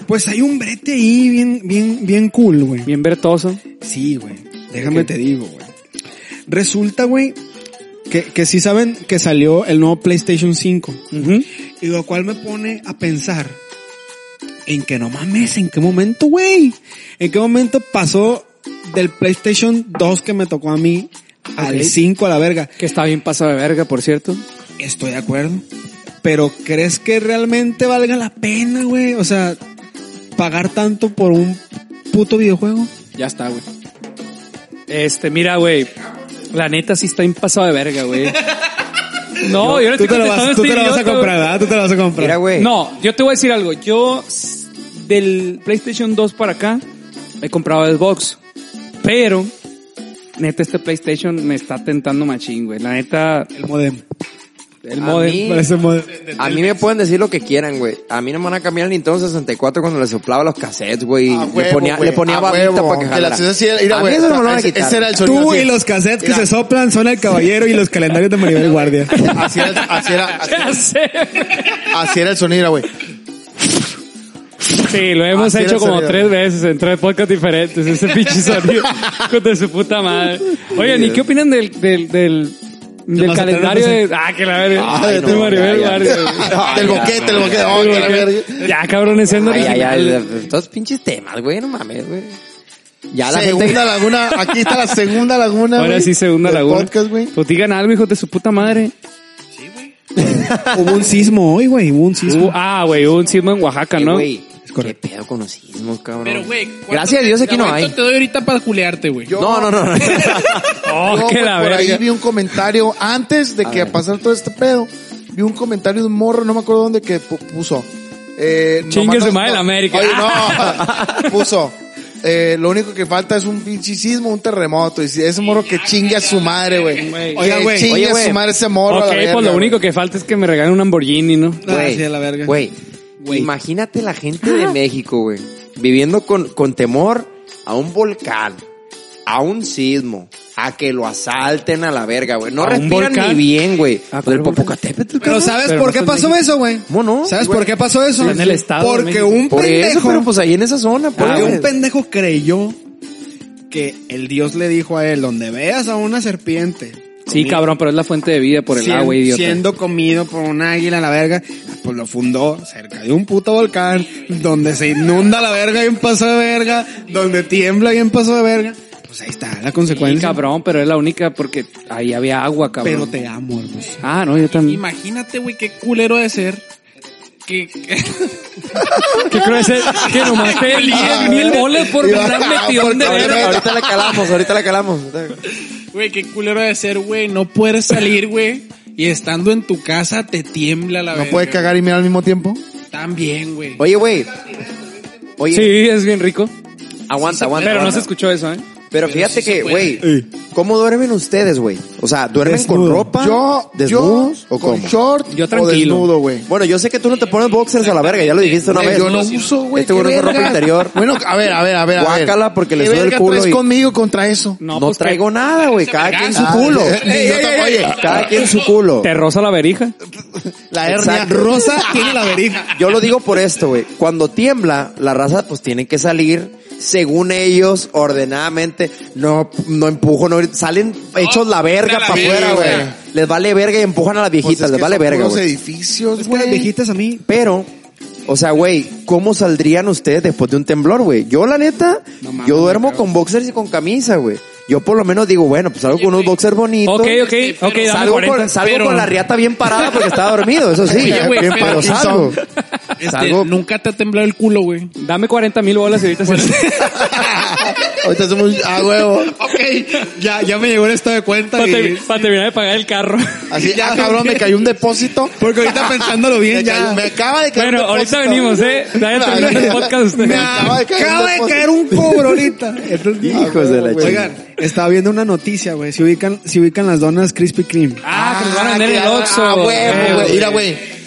Pues hay un brete ahí bien, bien, bien cool, güey. Bien vertoso. Sí, güey. Déjame te digo, güey. Resulta, güey, que, que sí saben que salió el nuevo PlayStation 5. Ujú. Y lo cual me pone a pensar en que no mames, en qué momento, güey. En qué momento pasó del PlayStation 2 que me tocó a mí al Ok. 5 a la verga. Que está bien pasado de verga, por cierto. Estoy de acuerdo. Pero ¿crees que realmente valga la pena, güey? O sea, pagar tanto por un puto videojuego. Ya está, güey. [laughs] Este, mira, güey. La neta sí está bien pasado de verga, güey. No, yo no Tú estoy te, la vas, tú contestando te la este vas a idiota, comprar, güey. ¿verdad? Tú te la vas a comprar. Mira, güey. No, yo te voy a decir algo. Yo s- del PlayStation 2 para acá he comprado Xbox. Pero, neta, este PlayStation me está tentando machín, güey. La neta, El modem. el A modem. mí- Parece modem. A mí me pueden decir lo que quieran, güey. A mí no me van a cambiar el Nintendo 64 cuando le soplaba los cassettes, güey. A le huevo, ponía, güey, le ponía a babita huevo. para que Que jalara. la así era- mira, a mí güey, eso no me lo van a ese- quitar. ese era el sonido Tú así. y los cassettes que Mira. se soplan son el caballero y los calendarios de Maribel Guardia. Así era, así era, así era- [laughs] Ya sé. así era el sonido, era, güey. Sí, lo hemos Así era hecho el como Ah, sonido. tres veces en tres podcasts diferentes, ese [laughs] pinche sonido. Contra su puta madre. Oigan, ¿y qué opinan del, del, del, del Mazatlán, calendario no sé. de. Ah, que la verga. Ay, no, De Maribel ya, ya. Guardia, [laughs] güey. Del boquete, el boquete. oh, que la verga. Ya, cabrón, siendo Ay, ay, ay, original. Todos pinches temas, güey. No mames, güey. Ya la Segunda gente... laguna, aquí está la segunda laguna, Ahora güey, sí, segunda del laguna. podcast, güey. Pues digan algo, hijos de su puta madre. Hubo un sismo hoy, güey. Hubo un sismo. Hubo- ah, güey, hubo un sismo en Oaxaca, Eh, ¿no? Güey, Es qué correcto. pedo con los sismos, cabrón. Pero, güey. ¿cuánto Gracias a te- Dios aquí no ¿cuánto hay. te doy ahorita para culearte, güey? No, no, no. no. Oh, No, que güey, la por ahí verga. vi un comentario antes de A que ver. pasara todo este pedo. Vi un comentario de un morro, no me acuerdo dónde, que pu- puso. Eh, Chingue nomás su nos- madre no- la América. [laughs] Oye, no. puso. Eh, lo único que falta es un pinche sismo, un terremoto. Y si ese morro que chingue a su madre, güey. Güey. Oiga, Que güey, Chingue oye, a güey. su madre ese morro. a Ok, la verga, pues lo güey. único que falta es que me regalen un Lamborghini, ¿no? Ah, Güey, sí, a la verga. Güey, Güey. imagínate la gente de México, güey, viviendo con, con temor a un volcán, a un sismo, a que lo asalten a la verga, güey. No ¿A un respiran volcán? ni bien, güey. ¿A cuál Del volcán? Popocatépetl, Pero cabrón. ¿sabes Pero por no qué está en pasó México. eso, güey? ¿Cómo no? ¿Sabes por qué pasó eso? Está en el Estado de Porque México. un Por eso, pendejo... Ah, pero pues ahí en esa zona, por Porque eso. un pendejo creyó que el Dios le dijo a él, donde veas a una serpiente... Sí, comi- cabrón, pero es la fuente de vida por el sien- agua, idiota. Siendo comido por un águila, la verga, pues lo fundó cerca de un puto volcán, donde se inunda la verga y un paso de verga, donde tiembla y un paso de verga. Pues ahí está la Sí, consecuencia. cabrón, pero es la única porque ahí había agua, cabrón. pero te amo, hermoso. Ah, no, yo también. Imagínate, güey, qué culero de ser. Que, ¿Qué creo que es? Que nomás te diez mil bolas por Iba- [laughs] ganar metión de Porque- verga. Ahorita la calamos, ahorita la calamos. güey, qué culero de ser, güey. No poder salir, [laughs] güey. Y estando en tu casa te tiembla la No verga. puede cagar y mirar al mismo tiempo. También, güey. Oye, güey. Oye, Sí, es bien rico. aguanta, aguanta. Pero no aguanta. se escuchó eso, ¿eh? Pero Pero fíjate sí se que, puede. güey, Ey. ¿cómo duermen ustedes, güey? O sea, ¿duermen con Desnudo. ropa? Yo, yo, ¿Desnudos o con cómo? short Yo o tranquilo. desnudo, güey. Bueno, yo sé que tú no te pones boxers a la verga, ya lo dijiste una Güey, vez. yo no uso, güey. Este qué güey usa ropa verga. interior. Bueno, a ver, a ver, a ver. a ver. Guácala, porque le ¿Qué sube el verga culo traes y- conmigo contra eso? No, pues, traigo que nada, güey. Cada quien su Ah, [laughs] culo. eh, eh, Yo eh, tampoco- eh, Oye, cada quien su culo. Te roza la verija. La hernia. Exacto. Rosa tiene la verija. [laughs] Yo lo digo por esto, güey. Cuando tiembla, la raza pues tiene que salir según ellos, ordenadamente. No, no empujo, no grito. Salen hechos la verga la para verga, afuera, güey. güey. Les vale verga y empujan a las Pues viejitas, es les que vale son verga, puros güey. edificios, Es que las güey. viejitas a mí. Pero, o sea, güey, ¿cómo saldrían ustedes después de un temblor, güey? Yo, la neta, yo duermo con boxers y con camisa, güey. Yo por lo menos digo, bueno, pues salgo con unos boxers bonitos. Ok, ok, ok, pero dame Salgo, 40. con, salgo pero- con la riata bien parada porque estaba dormido, eso sí. Oye, güey, bien pero- parado salgo. Este, Salgo. Nunca te ha temblado el culo, güey. Dame 40 mil bolas y ahorita se... Ahorita somos ah, a huevo. Ok, ya, ya me llegó el estado de cuenta Para y... terminar de pagar el carro. Así, ya, cabrón, me cayó un depósito. Porque ahorita pensándolo Me, bien cayó- ya... me acaba de caer Bueno, un depósito. ahorita venimos, ¿eh? Dale, terminar el podcast Me usted. acaba de caer un cobro ahorita. Entonces, Hijos de la güey. chingada. Oigan, estaba viendo una noticia, güey. Si ubican, si ubican las donas Krispy Kreme. Ah, que nos van a vender que- el Oxxo. Ah, huevo, güey. Mira, güey.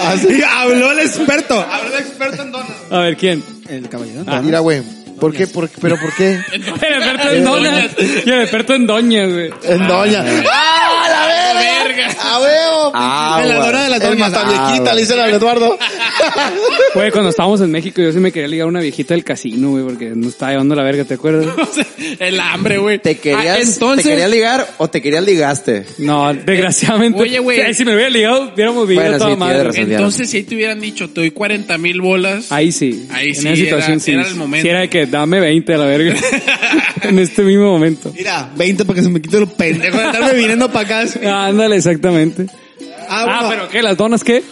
Ah, Así habló el experto. [laughs] A ver, ¿quién? El caballero. Ah. Mira, güey. ¿Por qué? ¿Por qué? ¿Pero por qué? [laughs] El experto en doñas. Y el experto en doñas, güey. En doña. ¡Ah, [laughs] la [laughs] verga! verga. ¡A huevo! Ah, En la güey. dona de las El doñas. mataviejita, Ah, le dicen al Eduardo. Güey, cuando estábamos en México, yo sí me quería ligar a una viejita del casino, güey, porque nos estaba llevando la verga, ¿te acuerdas? el hambre, güey. ¿Te querías, Ah, entonces, ¿Te querías ligar o te querías ligaste? No, desgraciadamente. Oye, güey. Ay, Si me hubiera ligado, hubiéramos vivido Bueno, toda sí, madre. tienes razón. entonces si ahí te hubieran dicho, te doy 40 mil bolas. Ahí sí. Ahí en sí, esa situación era- sí. era el momento. Sí era de que dame 20 a la verga. [laughs] en este mismo momento. Mira, 20 para que Ah, se me quite lo pendejo de estarme viniendo para acá. ándale, exactamente. Ah, Ah, bueno. pero ¿qué? ¿Las donas qué?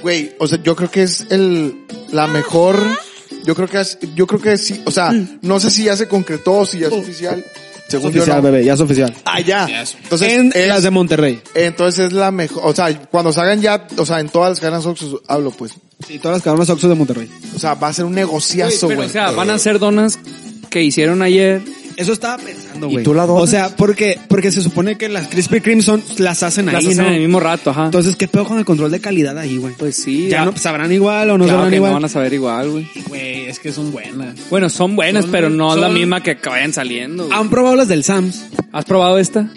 Güey, o sea, yo creo que es el la mejor. Mm. Oh. Yo creo que es- yo creo que sí, o sea, no sé si ya se concretó, si ya es oficial. Es Según yo, oficial, no. bebé, ya es oficial. Allá. Ya es- Entonces, en es- las de Monterrey. entonces es la mejor. O sea, cuando salgan ya, o sea, en todas las cadenas Oxxo, hablo pues. Y todas las cadenas Oxxo de Monterrey. O sea, va a ser un Güey, negociazo, pero, güey. o sea, van a ser donas que hicieron ayer. Eso estaba pensando, ¿Y güey. tú la donas? O sea, porque, porque se supone que las Krispy Kreme son, las hacen ahí, Las hacen ¿no? en el mismo rato, ajá. Entonces, ¿qué pedo con el control de calidad ahí, güey? pues sí. ya ah, no sabrán igual o no claro sabrán que igual. no van a saber igual, güey. Güey, es que son [laughs] buenas. Bueno, son buenas, Son- pero no es la son- misma que vayan saliendo. güey. ¿Han probado las del Sams? ¿Has probado esta?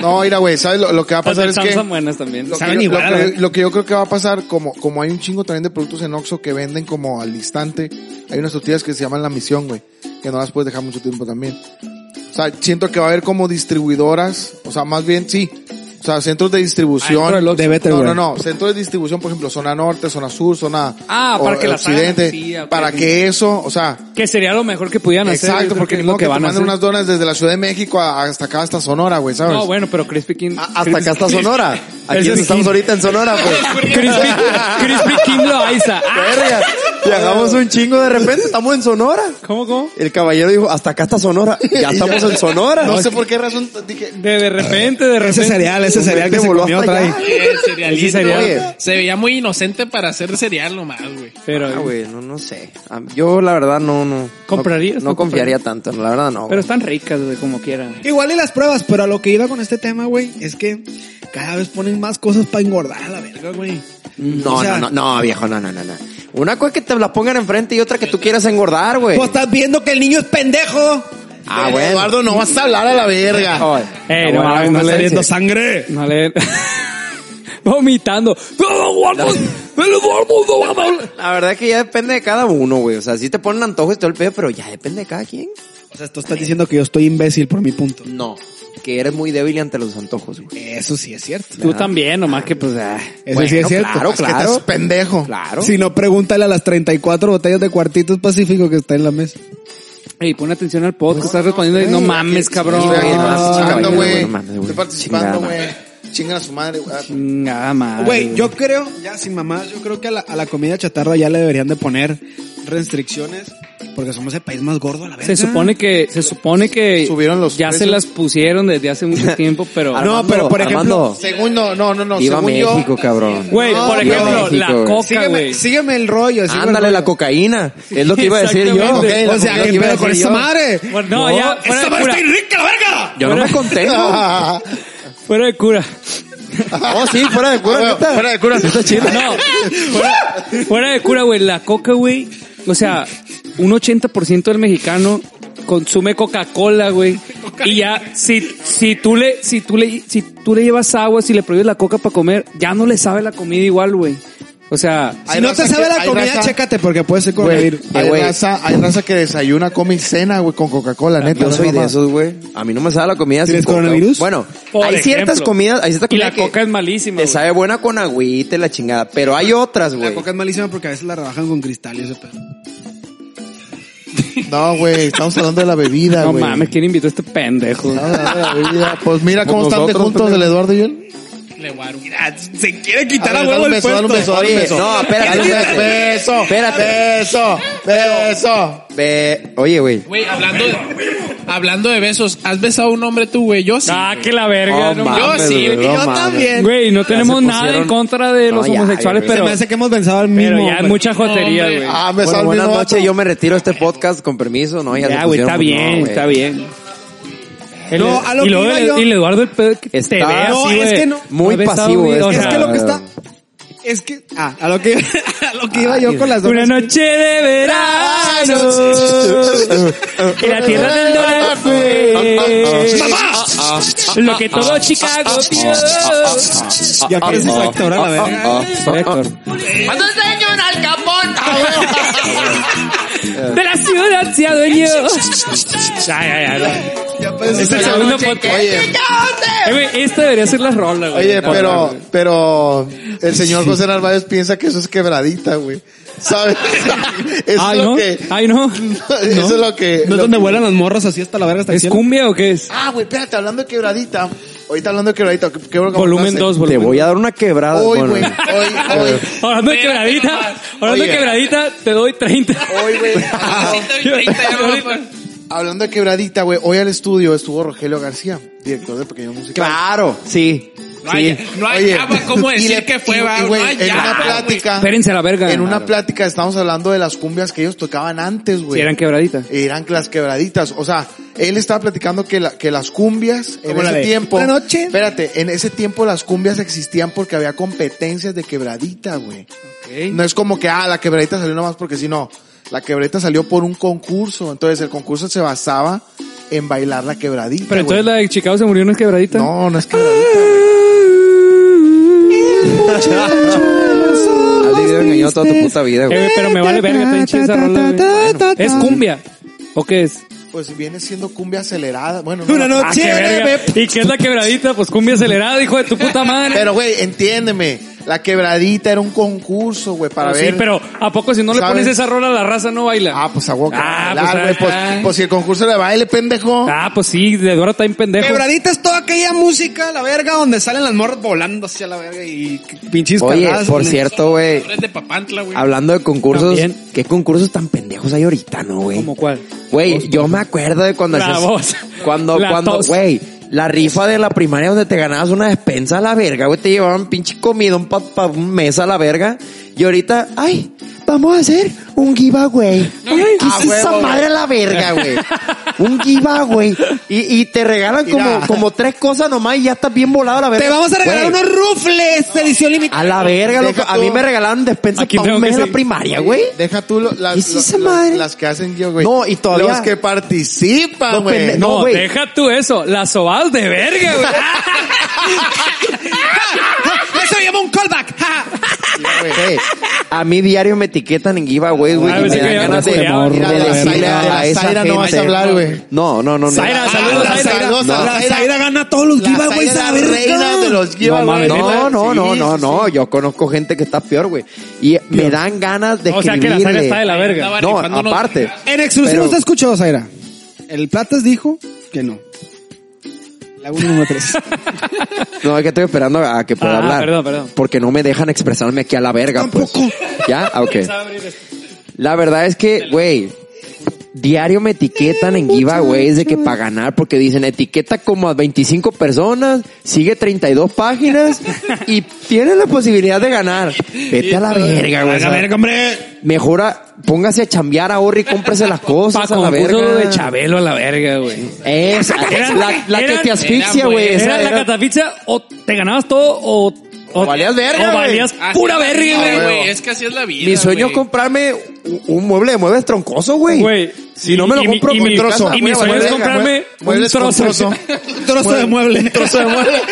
No, mira, güey, ¿sabes lo, lo que va a Las pasar? de Es Samsung que. son buenas también. Lo que, Saben yo, lo igual, ¿eh? que- a ver. lo que yo creo que va a pasar, como, como hay un chingo también de productos en Oxxo que venden como al instante, hay unas tortillas que se llaman La Misión, güey, que no las puedes dejar mucho tiempo también. O sea, siento que va a haber como distribuidoras, o sea, más bien sí, o sea, centros de distribución. Adentro Ah, del Oxxo. De Better, no, güey. no, no, centros de distribución, por ejemplo, zona norte, zona sur, zona Ah, para o- que las hagan, occidente, sí, ok. para que eso, o sea, Que sería lo mejor que pudieran hacer. yo exacto, creo porque que es no lo que que te van a manden hacer. unas donas desde la Ciudad de México a- hasta acá, hasta Sonora, güey, ¿sabes? No, bueno, pero Crispy King. A- Hasta acá está Sonora. Aquí Ese es estamos King. ahorita en Sonora, pues. Crispy, Crispy King Loaiza. Ah, Verga. Viajamos un chingo de repente, estamos en Sonora. ¿Cómo, cómo? El caballero dijo, hasta acá está Sonora. [laughs] Ya estamos en Sonora. No sé por qué razón dije, De, de repente, de repente. Ese cereal, ese cereal que Te se voló comió hasta trae. allá. Eh, el cerealito, Sí, cereal. güey. Se veía muy inocente para hacer cereal nomás, güey. Pero, Ah, güey, no, no sé. Ah, Yo, la verdad, no, no. ¿Comprarías? No, ¿No no confiaría tanto, la verdad, no. pero güey. están ricas, güey, como quieran. Igual y las pruebas, pero a lo que iba con este tema, güey, es que cada vez ponen más cosas para engordar a la verga, güey. No, o sea- no, no, no, viejo, no, no, no, no. Una cosa es que te la pongan enfrente y otra que tú quieras engordar, güey. Pues estás viendo que el niño es pendejo. Ah, bueno. Eduardo, no vas a hablar a la verga. Ay, Eh, no bueno, mames, no sí, le sí. viendo sangre. No le... [laughs] Vomitando. La verdad que ya depende de cada uno, güey. O sea, sí te ponen antojos y todo el pedo, pero ya depende de cada quien. O sea, tú estás diciendo que yo estoy imbécil por mi punto. No, que eres muy débil ante los antojos, güey. Eso sí es cierto. Tú también, nomás que pues... ah. Eso sí es cierto. Claro, Es que estás claro. pendejo. Claro. Si no, pregúntale a las 34 botellas de cuartitos pacífico que está en la mesa. Ey, pon atención al podcast, estás respondiendo y no mames, cabrón. Estoy aquí Ah, participando, caballero, güey. no mames, güey. Estoy participando, Chingada güey. Chinga a su madre, güey. Nada más. Güey, yo creo, ya sin mamás, yo creo que a la, a la comida chatarra ya le deberían de poner restricciones porque somos el país más gordo a la verga. Se supone que, se supone que Subieron los ya se precios. Ah, las pusieron desde hace mucho tiempo, pero... Armando, No, pero, por ejemplo, Armando, Segundo, no, no, no. viva según México, yo, cabrón. Güey, No, por viva ejemplo, México, la güey. coca, Sígueme, güey. sígueme el rollo. sígueme el Ándale, rollo. la cocaína. Es lo que iba a decir yo. Exactamente. Es lo O sea, que ¿qué iba a pedo con decir esta yo. madre? Bueno, no, ya, fuera de cura. rica, la verga! Yo no me Fuera- [laughs] contento. Ah, Fuera de cura. [laughs] Oh, sí, fuera de cura, Ah, neta. fuera de cura. Sí Está chido. No, fuera, fuera de cura, güey. La coca, güey. O sea, un 80% del mexicano consume Coca-Cola, güey. Y ya, si, si tú le, si tú le, si tú le llevas agua, si le prohíbes la coca para comer, ya no le sabe la comida igual, güey. O sea, Hay Si no te raza sabe que- la hay comida, raza- chécate porque puede ser Güey, coronavirus. hay, güey. raza, hay raza que desayuna, come y cena, güey, con Coca-Cola, neta. Yo no es soy de mamá. esos, güey. A mí no me sabe la comida sin ¿Tienes coca. coronavirus? Bueno, Por hay ciertas ejemplo. comidas, hay ciertas y comidas la coca que es malísima, te güey. sabe buena con agüita y la chingada, pero hay otras, La güey. coca es malísima porque a veces la rebajan con cristal y ese pedo. No, güey, estamos hablando de la bebida, No güey. mames, ¿quién invitó a este pendejo? Estamos hablando de la bebida. Pues mira cómo Pues están de nosotros, juntos el pendejo. Eduardo y él. Le guaro. Ah, Se quiere quitar A ver, dale un beso, dale un beso, dale un Oye, beso. no, espérate, Dale un beso, espérate. beso, Espérate. beso, beso. Ve- oye, güey. Güey, hablando de, hablando de besos, ¿has besado a un hombre tú, güey? Yo sí. Ah, güey. que la verga, Oh, no mames, mames. Yo sí, güey, yo no mames. también. Güey, no Ya tenemos se nada en pusieron- contra de los No, ya, homosexuales, güey. Se pero, me hace que hemos pensado al mismo. pero ya es hombre. mucha jotería, hombre. güey. Ah, me Bueno, salvó el buenas mismo noches, vato. yo me retiro este podcast con permiso, ¿no? Ya, Ya, se güey, está pusieron, bien, pues, no, está güey. bien. El- No, a lo y que luego iba el, yo- y el Eduardo el pedo que Está- te ve No, así, es güey. que no- Muy Había estado pasivo bien, este o Es sea, que lo que está. Es que. Ah, a lo que, [laughs] a lo que iba yo con las Una donas. noche de [laughs] verano y la tierra del dólar fue lo que todo Chicago vio. Ya Ah, que eres Ah, ese actor a la verga. Ah, De la ciudad se adueñó. Ya, ya, ya. Es el segundo podcast. Oye, Eh, güey, esta debería ser la rola, güey. oye, La rola, pero, güey. pero el señor José Narváez piensa que eso es quebradita, güey. ¿Sabes? Ay, Eso es lo Ah, no. que... Ay, no. [laughs] Eso es lo que... No es lo donde vuelan las morras así hasta la verga, hasta el ¿Es cielo. cumbia o qué es? Ah, güey, espérate, hablando de quebradita. Ahorita hablando de quebradita. ¿qué- qué bueno que Volumen contaste? 2, Te volumen voy a dar una quebrada. Hoy, bueno. güey. Hoy, hoy. Hablando de Espérate quebradita, nomás. hablando de Oye. quebradita, te doy 30. Hoy, güey. Ah, sí, estoy ahorita, ya no me acuerdo. Hablando de quebradita, güey, hoy al estudio estuvo Rogelio García, director de Pequeño Musical. Claro, sí. No hay, sí. no hay Oye, llama cómo y decir le- que y- fue, y, va. güey, no hay en llama, una güey. plática, Espérense a la verga. en una plática estamos hablando de las cumbias que ellos tocaban antes, güey. Sí, eran quebraditas. Eran las quebraditas. O sea, él estaba platicando que, la- que las cumbias en Como la ese de, tiempo. "Buena noche". Espérate, en ese tiempo las cumbias existían porque había competencias de quebradita, güey. No es como que, ah, la quebradita salió nomás porque si no. La quebradita salió por un concurso. Entonces el concurso se basaba en bailar la quebradita. Pero güey. entonces la de Chicago se murió en una quebradita. No, no es quebradita. Has vivido engañado toda tu puta vida, güey. Eh, pero me vale verga, está hincha esa rola. güey. Bueno, es cumbia. ¿O qué es? Pues viene siendo cumbia acelerada. Bueno, no, Una no, Ah, qué noche verga. de ¿Y qué es la quebradita? Pues cumbia acelerada, hijo de tu puta madre. Pero, güey, entiéndeme. La quebradita era un concurso, güey, para Pues sí, ver. pero ¿a poco si no le ¿Sabes? pones esa rola la raza no baila? Ah, pues a huevo que Ah, va a bailar, pues, güey. ah, ah. Pues, pues si el concurso de baile, pendejo. Ah, pues sí, de Dora está en pendejo. Quebradita es toda aquella música, la verga, donde salen las morras volando hacia la verga y pinches Oye, cargadas por en el- cierto, güey, Torres de Papantla, güey. hablando de concursos, También. ¿qué concursos tan pendejos hay ahorita, no, güey? ¿Como cuál? Güey, yo me acuerdo de cuando La hacías- voz. cuando, La cuando, tos. güey, la rifa de la primaria donde te ganabas una despensa a la verga, güey, te llevaban pinche comidón pa, pa un mes a la verga. Y ahorita, ay, vamos a hacer un giveaway. Ay, ¿qué es esa madre a la verga, güey? un giveaway. Y, y te regalan como, Mira. como tres cosas nomás y ya estás bien volado a la verga. Te vamos a regalar Güey, unos rufles de edición limitada. A la verga, loco. Deja A mí tú. me regalaron despensa Aquí para tengo un que mes en la seguir. primaria, güey. Eh, Deja tú lo- las, ¿Qué es lo- esa lo- madre? las que hacen yo, güey. No, y todavía- Los que participan, Los pende- güey. no, No, güey. deja tú eso. Las sobas de verga, güey. Ah, Eso llama un callback. Ja. Güey, A mí diario me etiquetan en giveaways, güey. Ah, y pensé me que dan ya ganas te de, culeaban. de Mira, de la decirle Zaira- de a la esa Zaira no vas a gente. hablar, güey. No, no, no. no. Zaira, Ah, saludos, la Zaira. Zaira- La Zaira- Zaira gana todos los la giveaways Zaira a la verga. reina de los giveaways. No, no, no, Sí, no, sí, no. sí. Yo conozco gente que está peor, güey. Y me dan ganas de O sea que la saga escribirle. está de la verga. Estaba No, rifando unos- aparte. En exclusivo Pero- usted escuchó, Zaira. El Platas dijo que no. La 1 número 3. No, es que estoy esperando a que pueda Ah, hablar. perdón, perdón. Porque no me dejan expresarme aquí a la verga, pues. ¿Ya? Ah, Ok. La verdad es que, güey, diario me etiquetan en giveaways de que para ganar, porque dicen etiqueta como a 25 personas, sigue 32 páginas y tienes la posibilidad de ganar. Vete a la verga, güey. o sea, hombre. Mejora, póngase a chambear ahora y cómprese [laughs] las Pa' cosas a la verga. concurso de Chabelo a la verga, güey. [laughs] Esa, Era- la, la que era- te asfixia, güey. Era esa la era- catafixia o te ganabas todo o... O valías verga, O güey. valías Así pura es la verga, vida, güey. güey. Es que así es la vida. Mi sueño güey. es comprarme un, un mueble de muebles troncoso, güey. Güey. Si no me lo Y- y- compro, y con mi- trozo. y voy mi a sueño valer es verga. comprarme un Muebles con trozo. trozo. [laughs] Un trozo de mueble. Un trozo de mueble.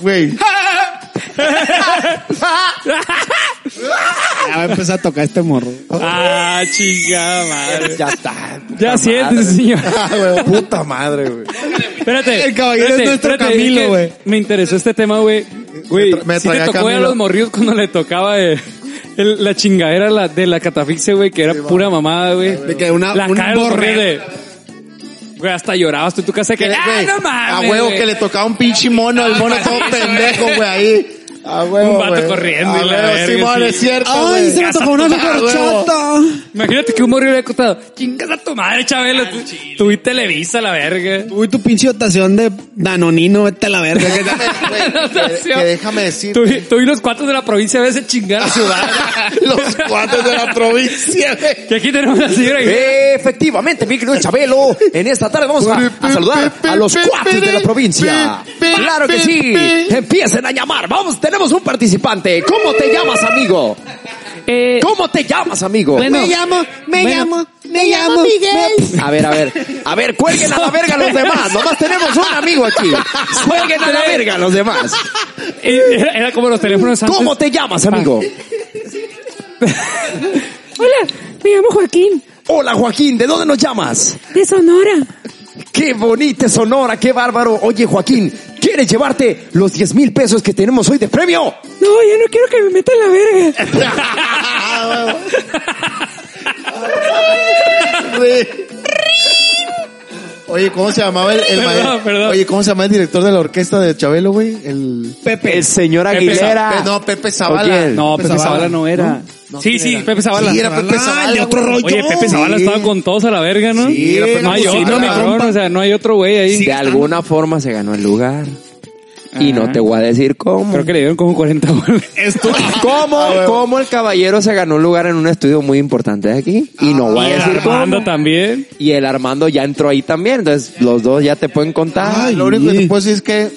Güey, [laughs] Ya va a empezar a tocar este morro. Ah, chingada madre. Ya está. Ya siéntese, señor. Ah, puta madre, güey. Espérate. El caballero es espérate, nuestro espérate, Camilo, que güey. Me interesó este tema, güey. Güey, Me tra- sí me te tragué a tocó a Camilo. los morridos cuando le tocaba eh, el- la chingadera la- de la catafixia, güey, que era pura mamada, güey. De que una- la un cara de los morridos borre- de... Güey, hasta llorabas tú en tu casa de que... ¡Ah, Güey, no mames! A huevo güey! que le tocaba un pinche mono, el mono todo macizo, pendejo, güey, ahí. A huevo, Un vato güey. corriendo A y la huevo, verga, Simón, sí. es cierto, Ay, güey. se me tocó una superchata. Imagínate que un morrido le ha costado... ¡Chingas a tu madre, Chabelo! Tú- Tú y Televisa, la verga. Uy, tu pinche dotación de Danonino, vete a la verga. [laughs] que ya- Güey, que- que déjame decir. Tú, y- tú y los cuatro de la provincia a veces chingar a su madre. [laughs] Los cuates de la provincia, güey. Que aquí tenemos a la señora... ¿Eh? que- Efectivamente, mi querido Chabelo, en esta tarde vamos a, a saludar a los cuates de la provincia. Claro que sí, empiecen a llamar. Vamos, tenemos un participante. ¿Cómo te llamas, amigo? Eh, ¿Cómo te llamas, amigo? bueno, Me llamo, me Bueno, llamo, me llamo Miguel. A ver, a ver, a ver, cuelguen a la verga a los demás. Nomás tenemos un amigo [laughs] aquí. Cuelguen a la verga a los demás. Era, era como los teléfonos antes. ¿Cómo te llamas, amigo? [laughs] hola, me llamo Joaquín, Hola, Joaquín, ¿de dónde nos llamas? de Sonora. Qué bonita Sonora, qué bárbaro. Oye, Joaquín, ¿quieres llevarte los 10 mil pesos que tenemos hoy de premio? No, yo no quiero que me metan la verga. Oye, ¿cómo se llamaba el, el Perdón, maestro? perdón. Oye, ¿cómo se llamaba el director de la orquesta de Chabelo, güey? El Pepe. El señor Pepe Aguilera. Ah. Pe- no, Pepe ¿O Zavala. quién? No, Pepe, Zavala, no era. sí, sí, Pepe Zavala. Sí, era Pepe Zavala, el de otro güey. rollo. Oye, Pepe Zavala estaba con todos a la verga, ¿no? Sí, era Pepe no hay Zavala. otro, mi cabrón, compa. o sea, no hay otro güey ahí. de alguna forma se ganó el lugar. Y Ajá. no te voy a decir cómo. Creo que le dieron como 40 bolas. [laughs] ¿Cómo, cómo el caballero se ganó un lugar en un estudio muy importante de aquí? Y no voy Y a el decir Armando cómo. también. Y el Armando ya entró ahí también. Entonces, los dos ya te pueden contar. Ah, lo único que te puedo decir es que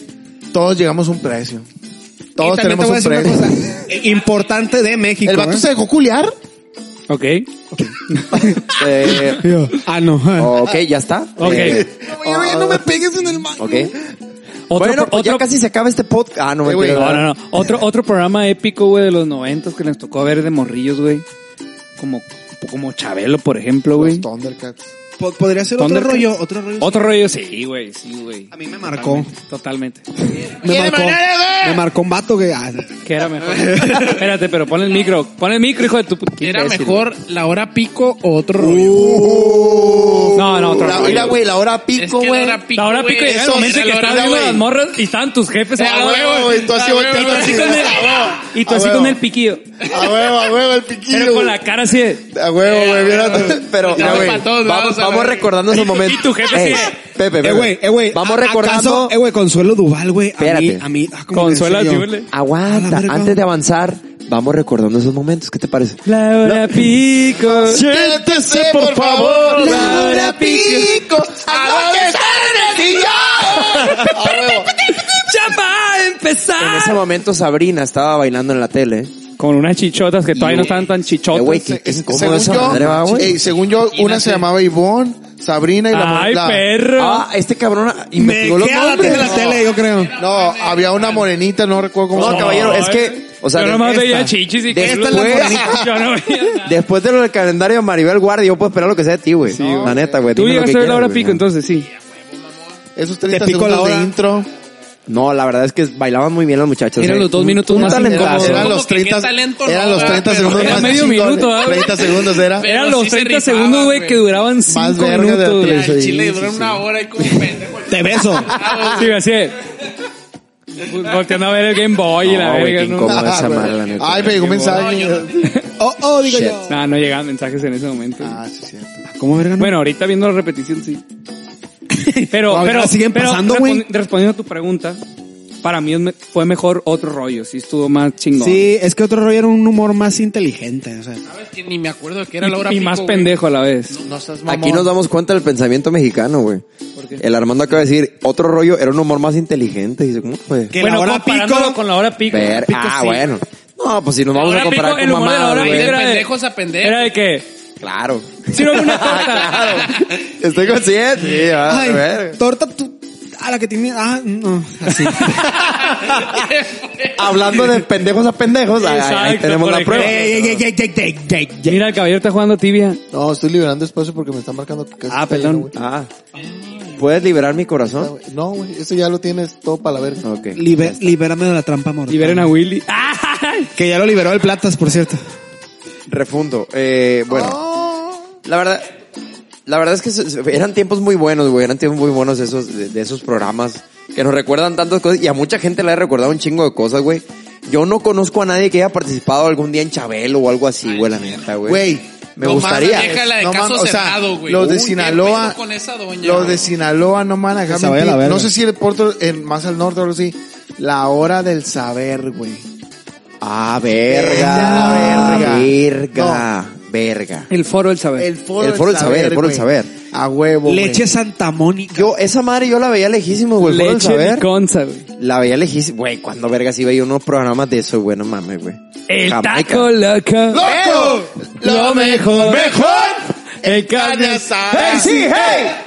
todos llegamos a un precio. Y Todos también tenemos un te voy a decir precio. una cosa, eh, Importante de México. El vato ¿eh? se dejó culiar. Ok. Eh, Ah, no. ok, ya está. Ok. Eh, Oye, no me pegues en el mano. ok. Otro, bueno, pues ya otro- casi se acaba este podcast. Ah, no me Eh, güey, No, no, no. Otro, otro programa épico, güey, de los noventas que les tocó ver de morrillos, güey. Como, como Chabelo, por ejemplo, güey. Los Thundercats. Po- Podría ser otro Thundercats. rollo, otro rollo. Otro rollo, sí, güey, sí, güey. A mí me marcó. Totalmente. Me marcó, me marcó un vato que... ah, [laughs] Que era mejor. Espérate, pero pon el micro. Pon el micro, hijo de tu puta. ¿Era imbécil. mejor la hora pico o Uh, otro rollo? No, no, otro La- rollo. Mira, güey, la hora Es que pico, la güey. hora pico, La hora güey, pico llega el eso, momento en que la estás hora, viendo güey. las morras y estaban tus jefes. Ah, a la huevo, verga, güey, tú así a huevo, volteando así así. con el- Y tú A así huevo. con el piquillo. A huevo, a huevo, el piquillo. Pero con güey. la cara así de... A huevo, [laughs] güey, mira. Pero, Ya mira, voy güey, pa' todos lados, vamos, a la vamos verga. recordando esos momentos. Y tu jefe Ey, sí. Pepe, Pepe. Eh, güey, eh, güey. Vamos ¿a- recordando. acaso, Eh, güey, Consuelo Duval, güey. A mí, Espérate. a mí... ah, como que en Consuela, serio. Yule. A la Aguanta, verga. antes de avanzar, vamos recordando esos momentos. ¿Qué te parece? La hora pico. Siéntese, por favor. La hora pico. Anoche energía. A Ah, huevo. ¡Ya va a En ese empezar! momento Sabrina estaba bailando en la tele. Con unas chichotas que todavía no estaban tan Eh, güey, chichotas. qué- qué incómodo Según esa yo, madre va, güey. ey, según yo, una se llamaba Ivonne, Sabrina y la ¡Ay, la- perro! Ah, este cabrón Me investigó los queda la nombres. tele, la tele, yo creo. No, había una morenita, no recuerdo cómo No, se llamaba. caballero, es que, Ay, o sea, eh, yo de nomás esta- veía chichis y de que esta luego- la- yo no veía nada. Después de lo del calendario de Maribel Guardia, yo puedo esperar lo que sea de ti, güey. la neta, güey. Tú llegaste dime lo a que ver la quieras, hora güey. pico, entonces sí. Esos 30 pico la segundos de hora. intro. No, la verdad es que bailaban muy bien las muchachas. Eran eh. los dos minutos Un más talentazo. incómodos. Eran Como los que qué 30, talento, eran ¿no? los 30 Pero segundos era más medio chingones. minuto, ¿ah? 30 [laughs] segundos era. Pero Eran sí los se 30 rifaban, segundos, güey, güey. que duraban 5 verga de la minutos. televisión. güey. Ya, el chile Sí, duró sí, una hora y como pendejo. Te beso. Sí, así es. Volteando a ver el Game Boy y la No, güey, verga, qué ¿no? incómodo. Ah, esa güey. madre, la neta. Ay, me llegó un mensaje. Oh, oh, digo Shit. yo. No, no llegaban mensajes en ese momento. Ah, sí, cierto. ¿Cómo verga? no? Bueno, ahorita viendo la repetición, sí. Pero, Ahorita pero, la siguen pero pasando, respon- güey. respondiendo a tu pregunta, para mí es me- fue mejor otro rollo, sí estuvo más chingón. Sí, es que otro rollo era un humor más inteligente. O sea, ¿Sabes que Ni me acuerdo de que era la hora Y, y pico. más güey. pendejo a la vez. No seas mamón. Aquí nos damos cuenta del pensamiento mexicano, güey. El Armando acaba de decir, otro rollo, era un humor más inteligente. Dice, ¿cómo fue? que bueno, la hora comparándolo pico... con la hora pico. Ver- pico ah, sí. bueno. No, pues si nos vamos La a hora comparar pico, el con humor de la hora mamadas, pico Ahí güey. de era de- pendejos a pendejos. Era de que, [laughs] Claro. sírvame una torta. claro. [laughs] Estoy consciente. Sí, va, a ver. Ay, [laughs] torta tú... A la que tiene... Ah, no. Así. Hablando de pendejos a pendejos, ahí- ahí, Exacto, tenemos por la prueba. ejemplo. Ey, ey, ey, ey, ey, ey, ey, ey. Mira, el caballero está jugando tibia. No, estoy liberando espacio porque me están marcando. que casi Ah, está perdón. lleno, güey. Ah. ¿Puedes liberar mi corazón? No, güey, eso ya lo tienes todo para la verga. Ok. Liber- libérame de la trampa mortal. Liberen a Willy. [laughs] ¡Ah! Que ya lo liberó el Platas, por cierto. Refundo. Eh, bueno. La verdad. La verdad es que se- se- eran tiempos muy buenos, güey. Eran tiempos muy buenos esos, de, de esos programas que nos recuerdan tantas cosas y a mucha gente le ha recordado un chingo de cosas, güey. Yo no conozco a nadie que haya participado algún día en Chabelo o algo así, güey, la neta, güey. Güey, me no gustaría. mames, Déjala de no caso mames, o sea, cerrado, güey. Los de Uy, qué Sinaloa. pedo con esa doña, Los güey. de Sinaloa no me van a dejar Que se vaya a la mentir. verga. No sé si el Porto, en, más al norte o algo así. La hora del saber, güey. Ah, Ya, verga. verga. Verga. Verga. El foro del saber. El foro del saber, el foro del güey. saber. A huevo. güey. Leche Santa Mónica. Yo, esa madre yo la veía lejísimo, güey. el foro del Leche saber. y conza, güey. La veía lejísima. Güey, cuando vergas iba yo a unos programas de eso, güey, no mames, güey. El Jamaica. taco loco. ¡Loco! Lo mejor. El carne asada. ¡Hey, sí,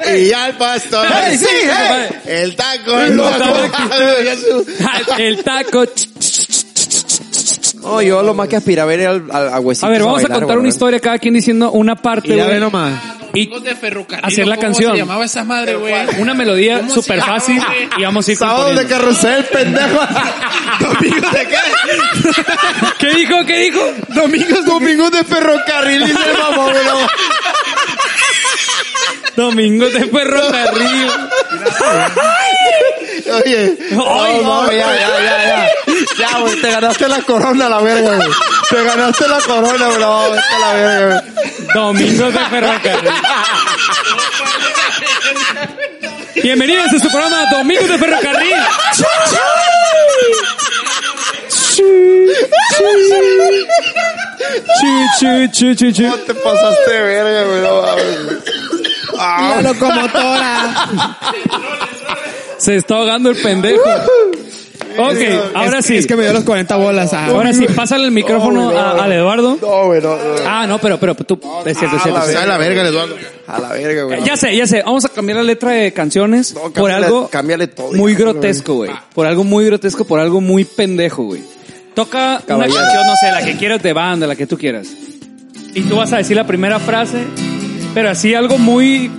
hey! Y al pastor. ¡Hey, sí, hey! El taco. El El taco. taco. El taco. No, yo lo más que aspiraba era al, al- a huesitos A ver, vamos a bailar, contar güey. una historia, cada quien diciendo una parte, Y ya güey. ve nomás. Y Los de ferrocarril. hacer la ¿cómo canción. se llamaba esa madre, güey? una melodía ¿Cómo se súper llamaba, fácil güey? y vamos a ir Sábado de componiendo. carrusel, pendejo. ¿Qué dijo? ¿Qué dijo? Domingos, domingos de ferrocarril, dice el mamón, güey, no. Domingo de perro [laughs] Carrillo. Oye, Ay, no, no, ya, ya, ya, ya. [laughs] Ya, güey, te ganaste la corona, la verga, güey. Te ganaste la corona, güey. No, vete a la verga, güey. Domingo de Ferrocarril. Bienvenidos a su programa Domingo de Ferrocarril. Chu, chu, chu, chu. No te pasaste de verga, güey. No, mames, güey. La locomotora. Se está ahogando el pendejo. Ok, ahora Es- sí. Es que me Oh, dio las 40 bolas. ah. Ahora sí, pásale el micrófono No, güey, no, a- al Eduardo. No, güey, no, no. Ah, no, pero, pero tú. Es cierto, Ah, es cierto. A es la, cierto. a la verga, Eduardo. A la verga, güey. Eh, Ya sé, ya sé. Vamos a cambiar la letra de canciones No, por cámbiale- algo cámbiale Ah. todo, muy cabrón. grotesco, güey. Por algo muy grotesco, por algo muy pendejo, güey. Toca Caballero. una canción, no sé, la que quieras de banda, la que tú quieras. Y tú vas a decir la primera frase, pero así algo muy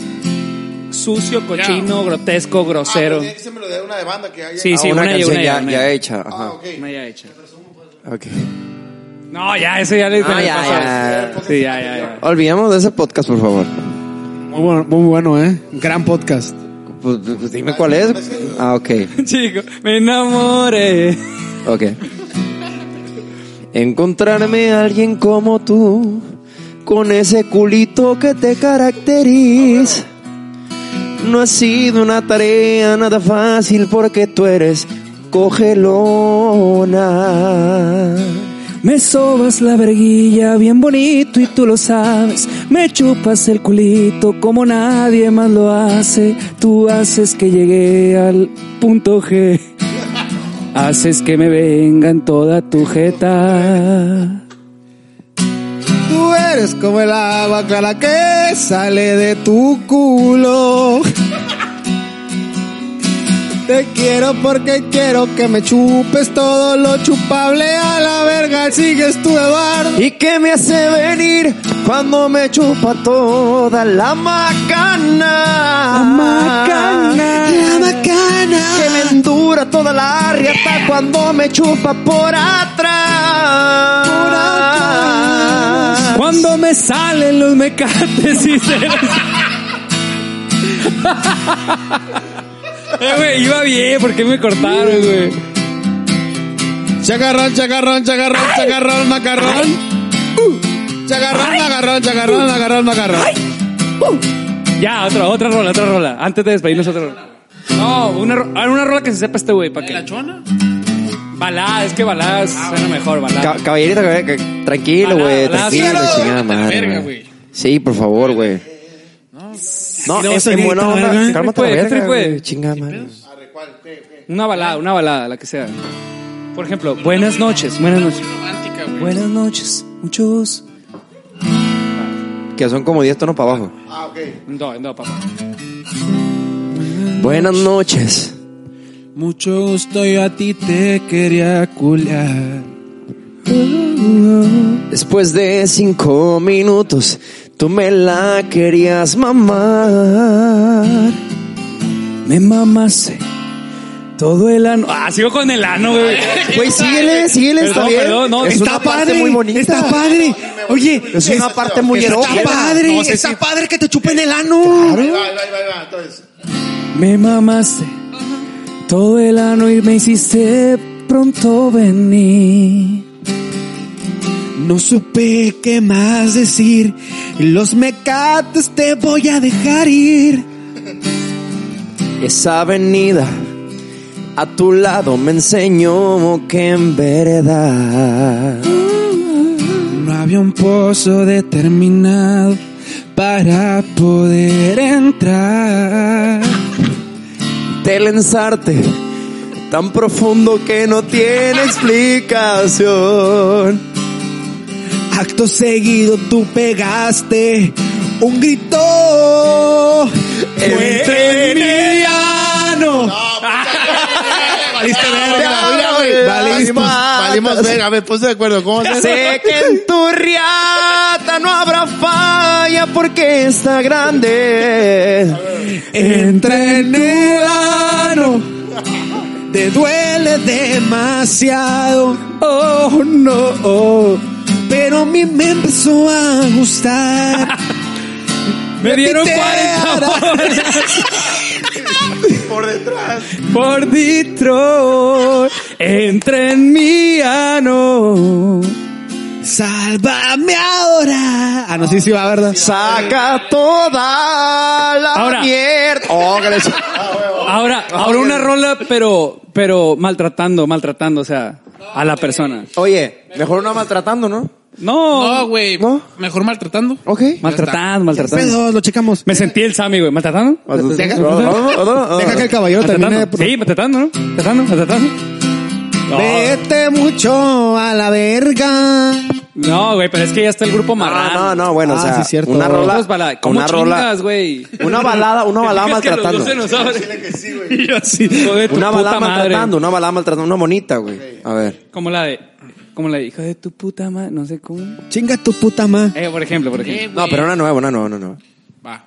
sucio, cochino, grotesco, grosero. Ah, se me lo de una de banda que hay. Sí, Ah, sí, una una, y canción una, y ya, eh. una. ya hecha. Ajá. Ah, ok. Una ya hecha. Ok. No, ya, eso ya le Ah, le ya, pasó. ya, ya. Sí, ya, ya, ya. [laughs] Olvidemos de ese podcast, por favor. Muy bueno, muy bueno, ¿eh? Gran podcast. Pues, pues, dime cuál es. Ah, ok. Chico, me enamoré. Ok. Encontrarme a alguien como tú, con ese culito que te caracteriza. No ha sido una tarea nada fácil porque tú eres cogelona. Me sobas la verguilla bien bonito y tú lo sabes. Me chupas el culito como nadie más lo hace. Tú haces que llegue al punto G. Haces que me venga en toda tu jeta. Tú eres como el agua clara que sale de tu culo. Te quiero porque quiero que me chupes todo lo chupable a la verga. Sigues tú, Eduardo. ¿Y qué me hace venir cuando me chupa toda la macana? La macana. La macana. Que me endura toda la riata cuando me chupa por atrás. Por atrás. Cuando me salen los mecates y se les- [laughs] Eh, güey, iba bien, ¿por qué me cortaron, güey? Chacarrón, chacarrón, chacarrón, chacarrón, macarrón. Uh. Chacarrón, macarrón, chacarrón, macarrón, macarrón. Ya, otra, otra rola, otra rola. Antes de despedirnos, otra rola. No, una, ro- ah, una rola que se sepa este güey, ¿para ¿La qué? chona? Balada, es que balada suena mejor, balada. Ca- Caballerito, caballero, que- tranquilo, güey, Balada, tranquilo, balada. chingada madre. verga, güey. güey. Sí, por favor, güey. No, luego es se en buena grita, onda. ¿verdad? Cálmate la Triple, verga, triple. güey, chingada madre. Una balada, una balada, la que sea. Por ejemplo, buenas noches, buenas noches. Romántica, güey. Buenas noches, muchos. Que son como 10 tonos para abajo. Ah, ok. No, no, papá. Buenas noches. Mucho gusto, yo a ti te quería culiar. Después de cinco minutos, tú me la querías mamar. Me mamaste. Todo el ano. Ah, sigo con el ano, [laughs] güey. Güey, síguele, síguele, está Perdón, bien. perdón, no, es está una parte padre, muy bonita. está padre. Oye, Es una parte muy está erótica. padre, No sé está si- padre que te chupen el ano. Ahí va, ahí va, ahí va. Entonces, Me mamaste. Todo el ano y me hiciste pronto venir. No supe qué más decir. Los mecates te voy a dejar ir. Esa avenida a tu lado me enseñó que en verdad No había un pozo determinado para poder entrar. te lanzarte tan profundo que no tiene explicación. Acto seguido tú pegaste un grito. Entre mi ano. Valiste verga. mira, güey. Valiste. Valimos, valimos verga. A ver, ponte de [laughs] acuerdo. ¿Cómo se Sé que en tu riata no habrá falla porque está grande. Entra en el ano. Te duele demasiado. Oh no. Pero a mí me empezó a gustar. Me dieron 40 [laughs] Por detrás. por Detroit. Entra en mi ano. Sálvame ahora. Ah, no, sí, sí va, ¿verdad? Saca toda la Ahora. mierda. Oh, gracias. Ahora, ahora una rola, pero, pero maltratando, maltratando, o sea, a la persona. Oye, mejor no maltratando, ¿no? No, No, güey. ¿No? Mejor maltratando. Ok. maltratando, maltratando. Pedos, lo checamos. Me sentí el Sammy, güey. ¿Maltratando? Ah, Deja que el caballero termine de... Maltratando. Sí, maltratando, ¿no? Maltratando, maltratando. No, Vete mucho a la verga. No, güey, pero es que ya está el grupo marrano. No, no, no, bueno, Ah, o sea, sí, cierto. una rola, Nosotros bala- ¿Cómo una rola, chingas, güey? una [laughs] balada, una balada Es que los maltratando. dos se nos abren. Y [laughs] yo así, hijo de tu Una puta balada madre. maltratando, una balada maltratando, una bonita, güey. A ver. Como la de, como la de, hijo de tu puta madre, no sé cómo. Chinga tu puta ma. Eh, por ejemplo, por ejemplo. Eh, No, güey. pero una nueva, una nueva, una nueva. Va.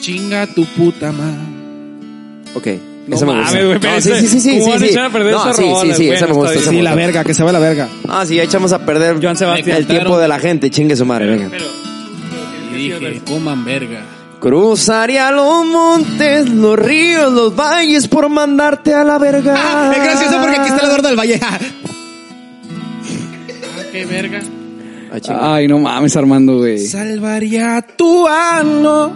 Chinga tu puta madre. Ok. No esa me mames, gusta. güey, no, pero sí, ese- sí, sí, sí, ¿cómo sí, van a sí. echar a perder no, esas sí, sí, rolas, sí, güey? esa me No gusta, está esa Sí, me la gusta. verga, que se va la verga. Ah, sí, ya echamos a perder Joan Sebastián. el tiempo de la gente, chingue su madre, venga. Y dije, coman verga. Cruzaría los montes, los ríos, los valles por mandarte a la verga. Ah, es gracioso porque aquí está el Eduardo del [laughs] Valle. Ah, qué verga. Ah, chinga. Ay, no mames, Armando, güey. Salvaría tu ano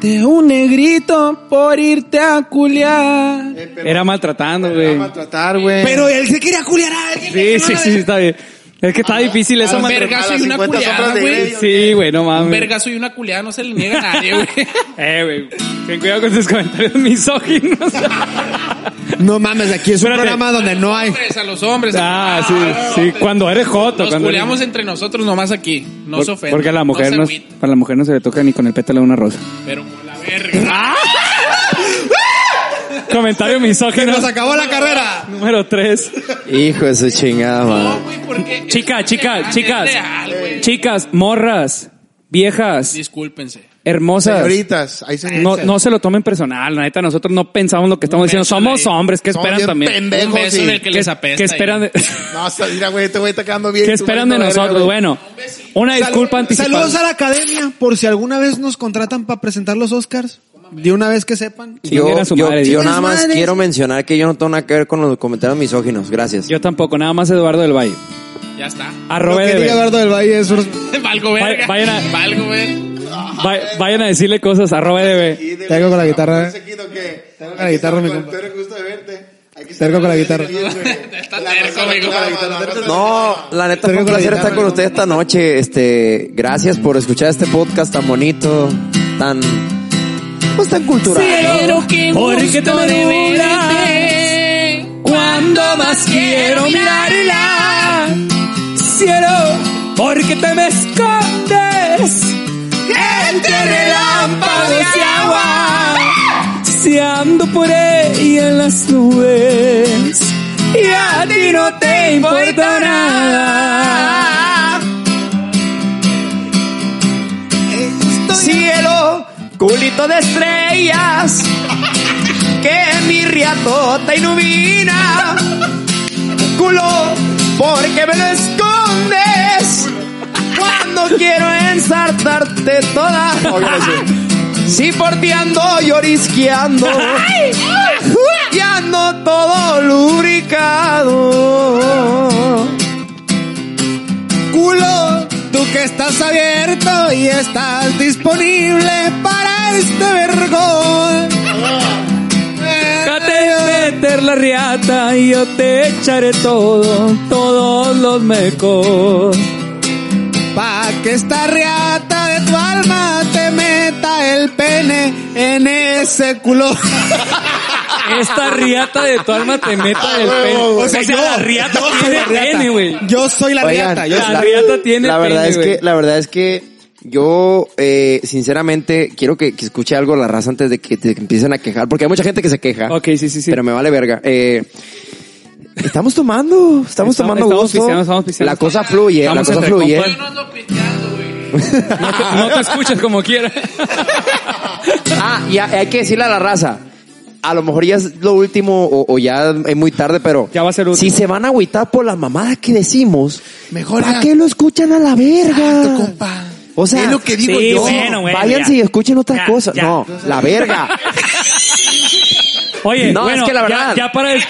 de un negrito por irte a culiar. Era maltratando, güey. Maltratar, güey. Eh. Pero él se quería culiar a alguien. Sí, sí, sí, está bien. Es que está difícil esa Un maltrata. Ah, vergazo las y una 50 culiada, sombras de güey. Grey. Sí, güey, no Un mames. vergazo y una culiada no se le niega a [laughs] nadie, güey. Eh, güey, ten cuidado con tus comentarios [laughs] Pues, misóginos. No mames, aquí es un Espérate. programa donde no hay. Hombres, a los hombres. ah, sí, no, sí, no, cuando eres joto. Nos cuando eres- culeamos entre nosotros nomás aquí. No Por- se ofenden. Porque a la mujer, se no, agüiten, a la mujer no se le toca ni con el pétalo de una rosa. Pero con la verga. [laughs] Comentario misógino Nos acabó la carrera. número 3. Hijo de su chingada, Ah, No, madre. güey, porque. Chicas, es chicas, real, es chicas. real, güey. Chicas, morras, viejas, Discúlpense. hermosas. Señoritas, ahí se No, no se lo tomen personal, la neta. Nosotros no pensamos lo que estamos diciendo. beso Somos de- hombres. ¿Qué Somos esperan bien también? pendejos Un beso y- en el que ¿Qué- les apesta. ¿Qué ahí. esperan de, No, hasta- mira, güey, este güey está quedando [laughs] bien. ¿qué tú esperan de valiendo verga, nosotros? güey. Bueno, una disculpa anticipada. Saludos a la academia por si alguna vez nos contratan para presentar los Oscars. De una vez que sepan. Yo, Chingue a su yo- madre, yo Dios. nada más Madres. quiero mencionar que yo no tengo nada que ver con los comentarios misóginos. Gracias. Yo tampoco, nada más Eduardo del Valle. Ya está. [laughs] Lo Arroba E que diga EDB. Eduardo del Valle es... Valgo Va- verga. vayan a- Valgo verga. Va- vayan a decirle cosas, arroba E EDB. Y de- Te hago con la guitarra. Ese quito que- hago con la guitarra, mi Con el compa. perro gusto de verte. Aquí Te hago con la guitarra. Está terco, amigo, con la guitarra. No, la neta fue un placer estar con ustedes esta noche. Este, gracias por escuchar este podcast tan bonito, tan, pues tan cultural. Pero qué Porque gusto te de duras. verte. Cuando más quiero mirarla. Cielo, porque te me escondes. Entre relámpagos y agua. Si ando por ahí en las nubes. Y a ti no te importa nada. Cielo, culito de estrellas, que mi riato te ilumina. Culo, porque me lo escondes. Cuando quiero ensartarte toda. Si por ti ando llorisqueando. Y ando todo lubricado. culo, tú que estás abierto y estás disponible para este vergón. Déjate meter la riata y yo te echaré todo, todos los mecos. Pa' que esta riata de tu alma te meta el pene en ese culo. Esta riata de tu alma te Ah, meta el pene. O sea, la riata yo soy tiene la riata. pene, güey. Yo soy la Oigan, riata. Yo La la- riata tiene la verdad pene, es güey. que la verdad es que yo eh, sinceramente quiero que, que escuche algo la raza antes de que te empiecen a quejar porque hay mucha gente que se queja Ok, sí, sí, sí. pero me vale verga Eh, estamos tomando estamos Estamos- tomando estamos gusto pisteando, estamos pisteando. la cosa fluye Estamos la cosa entre fluye compas. No ando piteando, güey. No te, no te escuchas como quieras. [laughs] Ah, y hay que decirle a la raza. A lo mejor ya es lo último o, o ya es muy tarde, pero Ya va a ser último. si se van a agüitar por las mamadas que decimos, Mejor ¿para ya. qué lo escuchan a la verga? compa. O sea, Es lo que digo Sí, yo. bueno, güey, váyanse ya. y escuchen otras Ya, cosas. ya. No, [laughs] la verga. Oye, No, bueno, es que la ya- verdad- Ya, para des-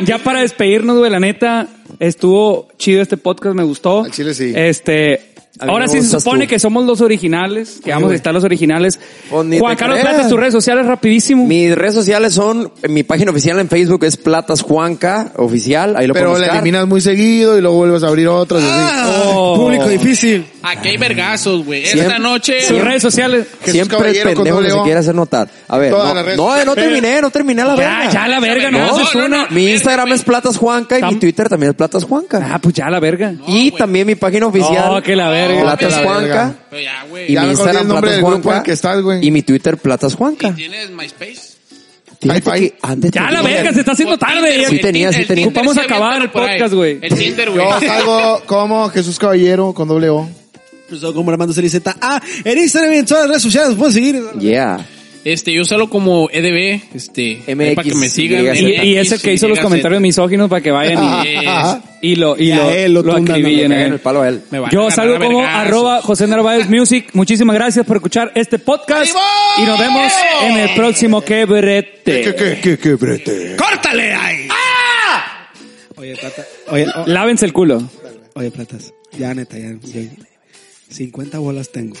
ya para despedirnos, güey, la neta, estuvo chido este podcast, me gustó. Al chile sí. Este. A mí Ahora me sí se gustas supone tú. que somos los originales, que vamos a güey. estar los originales. Pues ni Juan te Carlos creas. Plata, tus redes sociales rapidísimo. Mis redes sociales son, mi página oficial en Facebook es Platas Juanca Oficial, ahí lo Pero pueden la buscar. eliminas muy seguido y luego vuelves a abrir otras. y Ah. así. Oh. Público difícil. Aquí hay vergazos, güey. Esta Siempre- noche. Sus redes sociales. Jesús Siempre el Caballero con pendejo que doble se O. quiere hacer notar. A ver, Todas no, las redes no, no terminé, no terminé la verga. Ya, ya la verga, no, No, haces no, no, una. no. Mi Instagram es Platas Juanca y Tam- mi Twitter también es Platas Juanca. Ah, pues ya la verga. y también mi página oficial. Oh, No, que la verga. Platas No, que la Juanca. verga. Pero ya, güey. Y Ya mi mejor di el Instagram nombre Platas del grupo Juanca. al que estás, güey. Y mi Twitter Platas Juanca. ¿Tienes MySpace? Fíjate Hi-Fi. que antes Ya tenía- la verga, se está haciendo tarde. Sí tenía, sí tenía. Ocupamos acabar el podcast, güey. El Tinder, güey. Yo salgo como Jesús Caballero con doble O. Pues, como Armando Celiceta. Ah, en Instagram y en todas las redes sociales. Pueden seguir. Yeah. Este, yo salgo como EDB, este, MX, para que me sigan. llega a Y, y es el que hizo los comentarios misóginos para que [laughs] vayan y, Yes. y lo, y Y a lo, él lo lo tundan, acribillen, no le eh. En el palo a él. Me van a Yo agarrar salgo a como vergazos. arroba José Narváez Music. Muchísimas gracias por escuchar este podcast. Y nos vemos en el próximo ¿Qué, quebrete. qué, qué, qué, brete? ¡Córtale ahí! Oye, Plata. Oye, oh, o- Lávense el culo. oye, Platas. Ya, neta, ya. ya- 50 bolas tengo.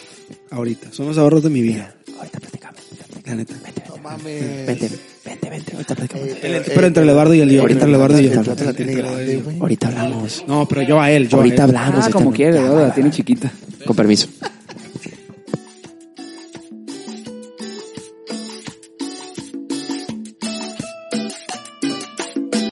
Ahorita. Son los ahorros de mi vida. Ahorita platicamos. La neta. Eh, No mames. Vente, vente, vente. Ahorita platicamos. Pero entre el Eduardo y el yo. Ahorita el Eduardo y yo. Eh, El Plata la tiene grande, güey. Ahorita hablamos. No, pero yo a él. Yo a él. Ahorita hablamos. Ah, como esta- quiere, Ya, ahora va, la va. tiene chiquita. Con permiso.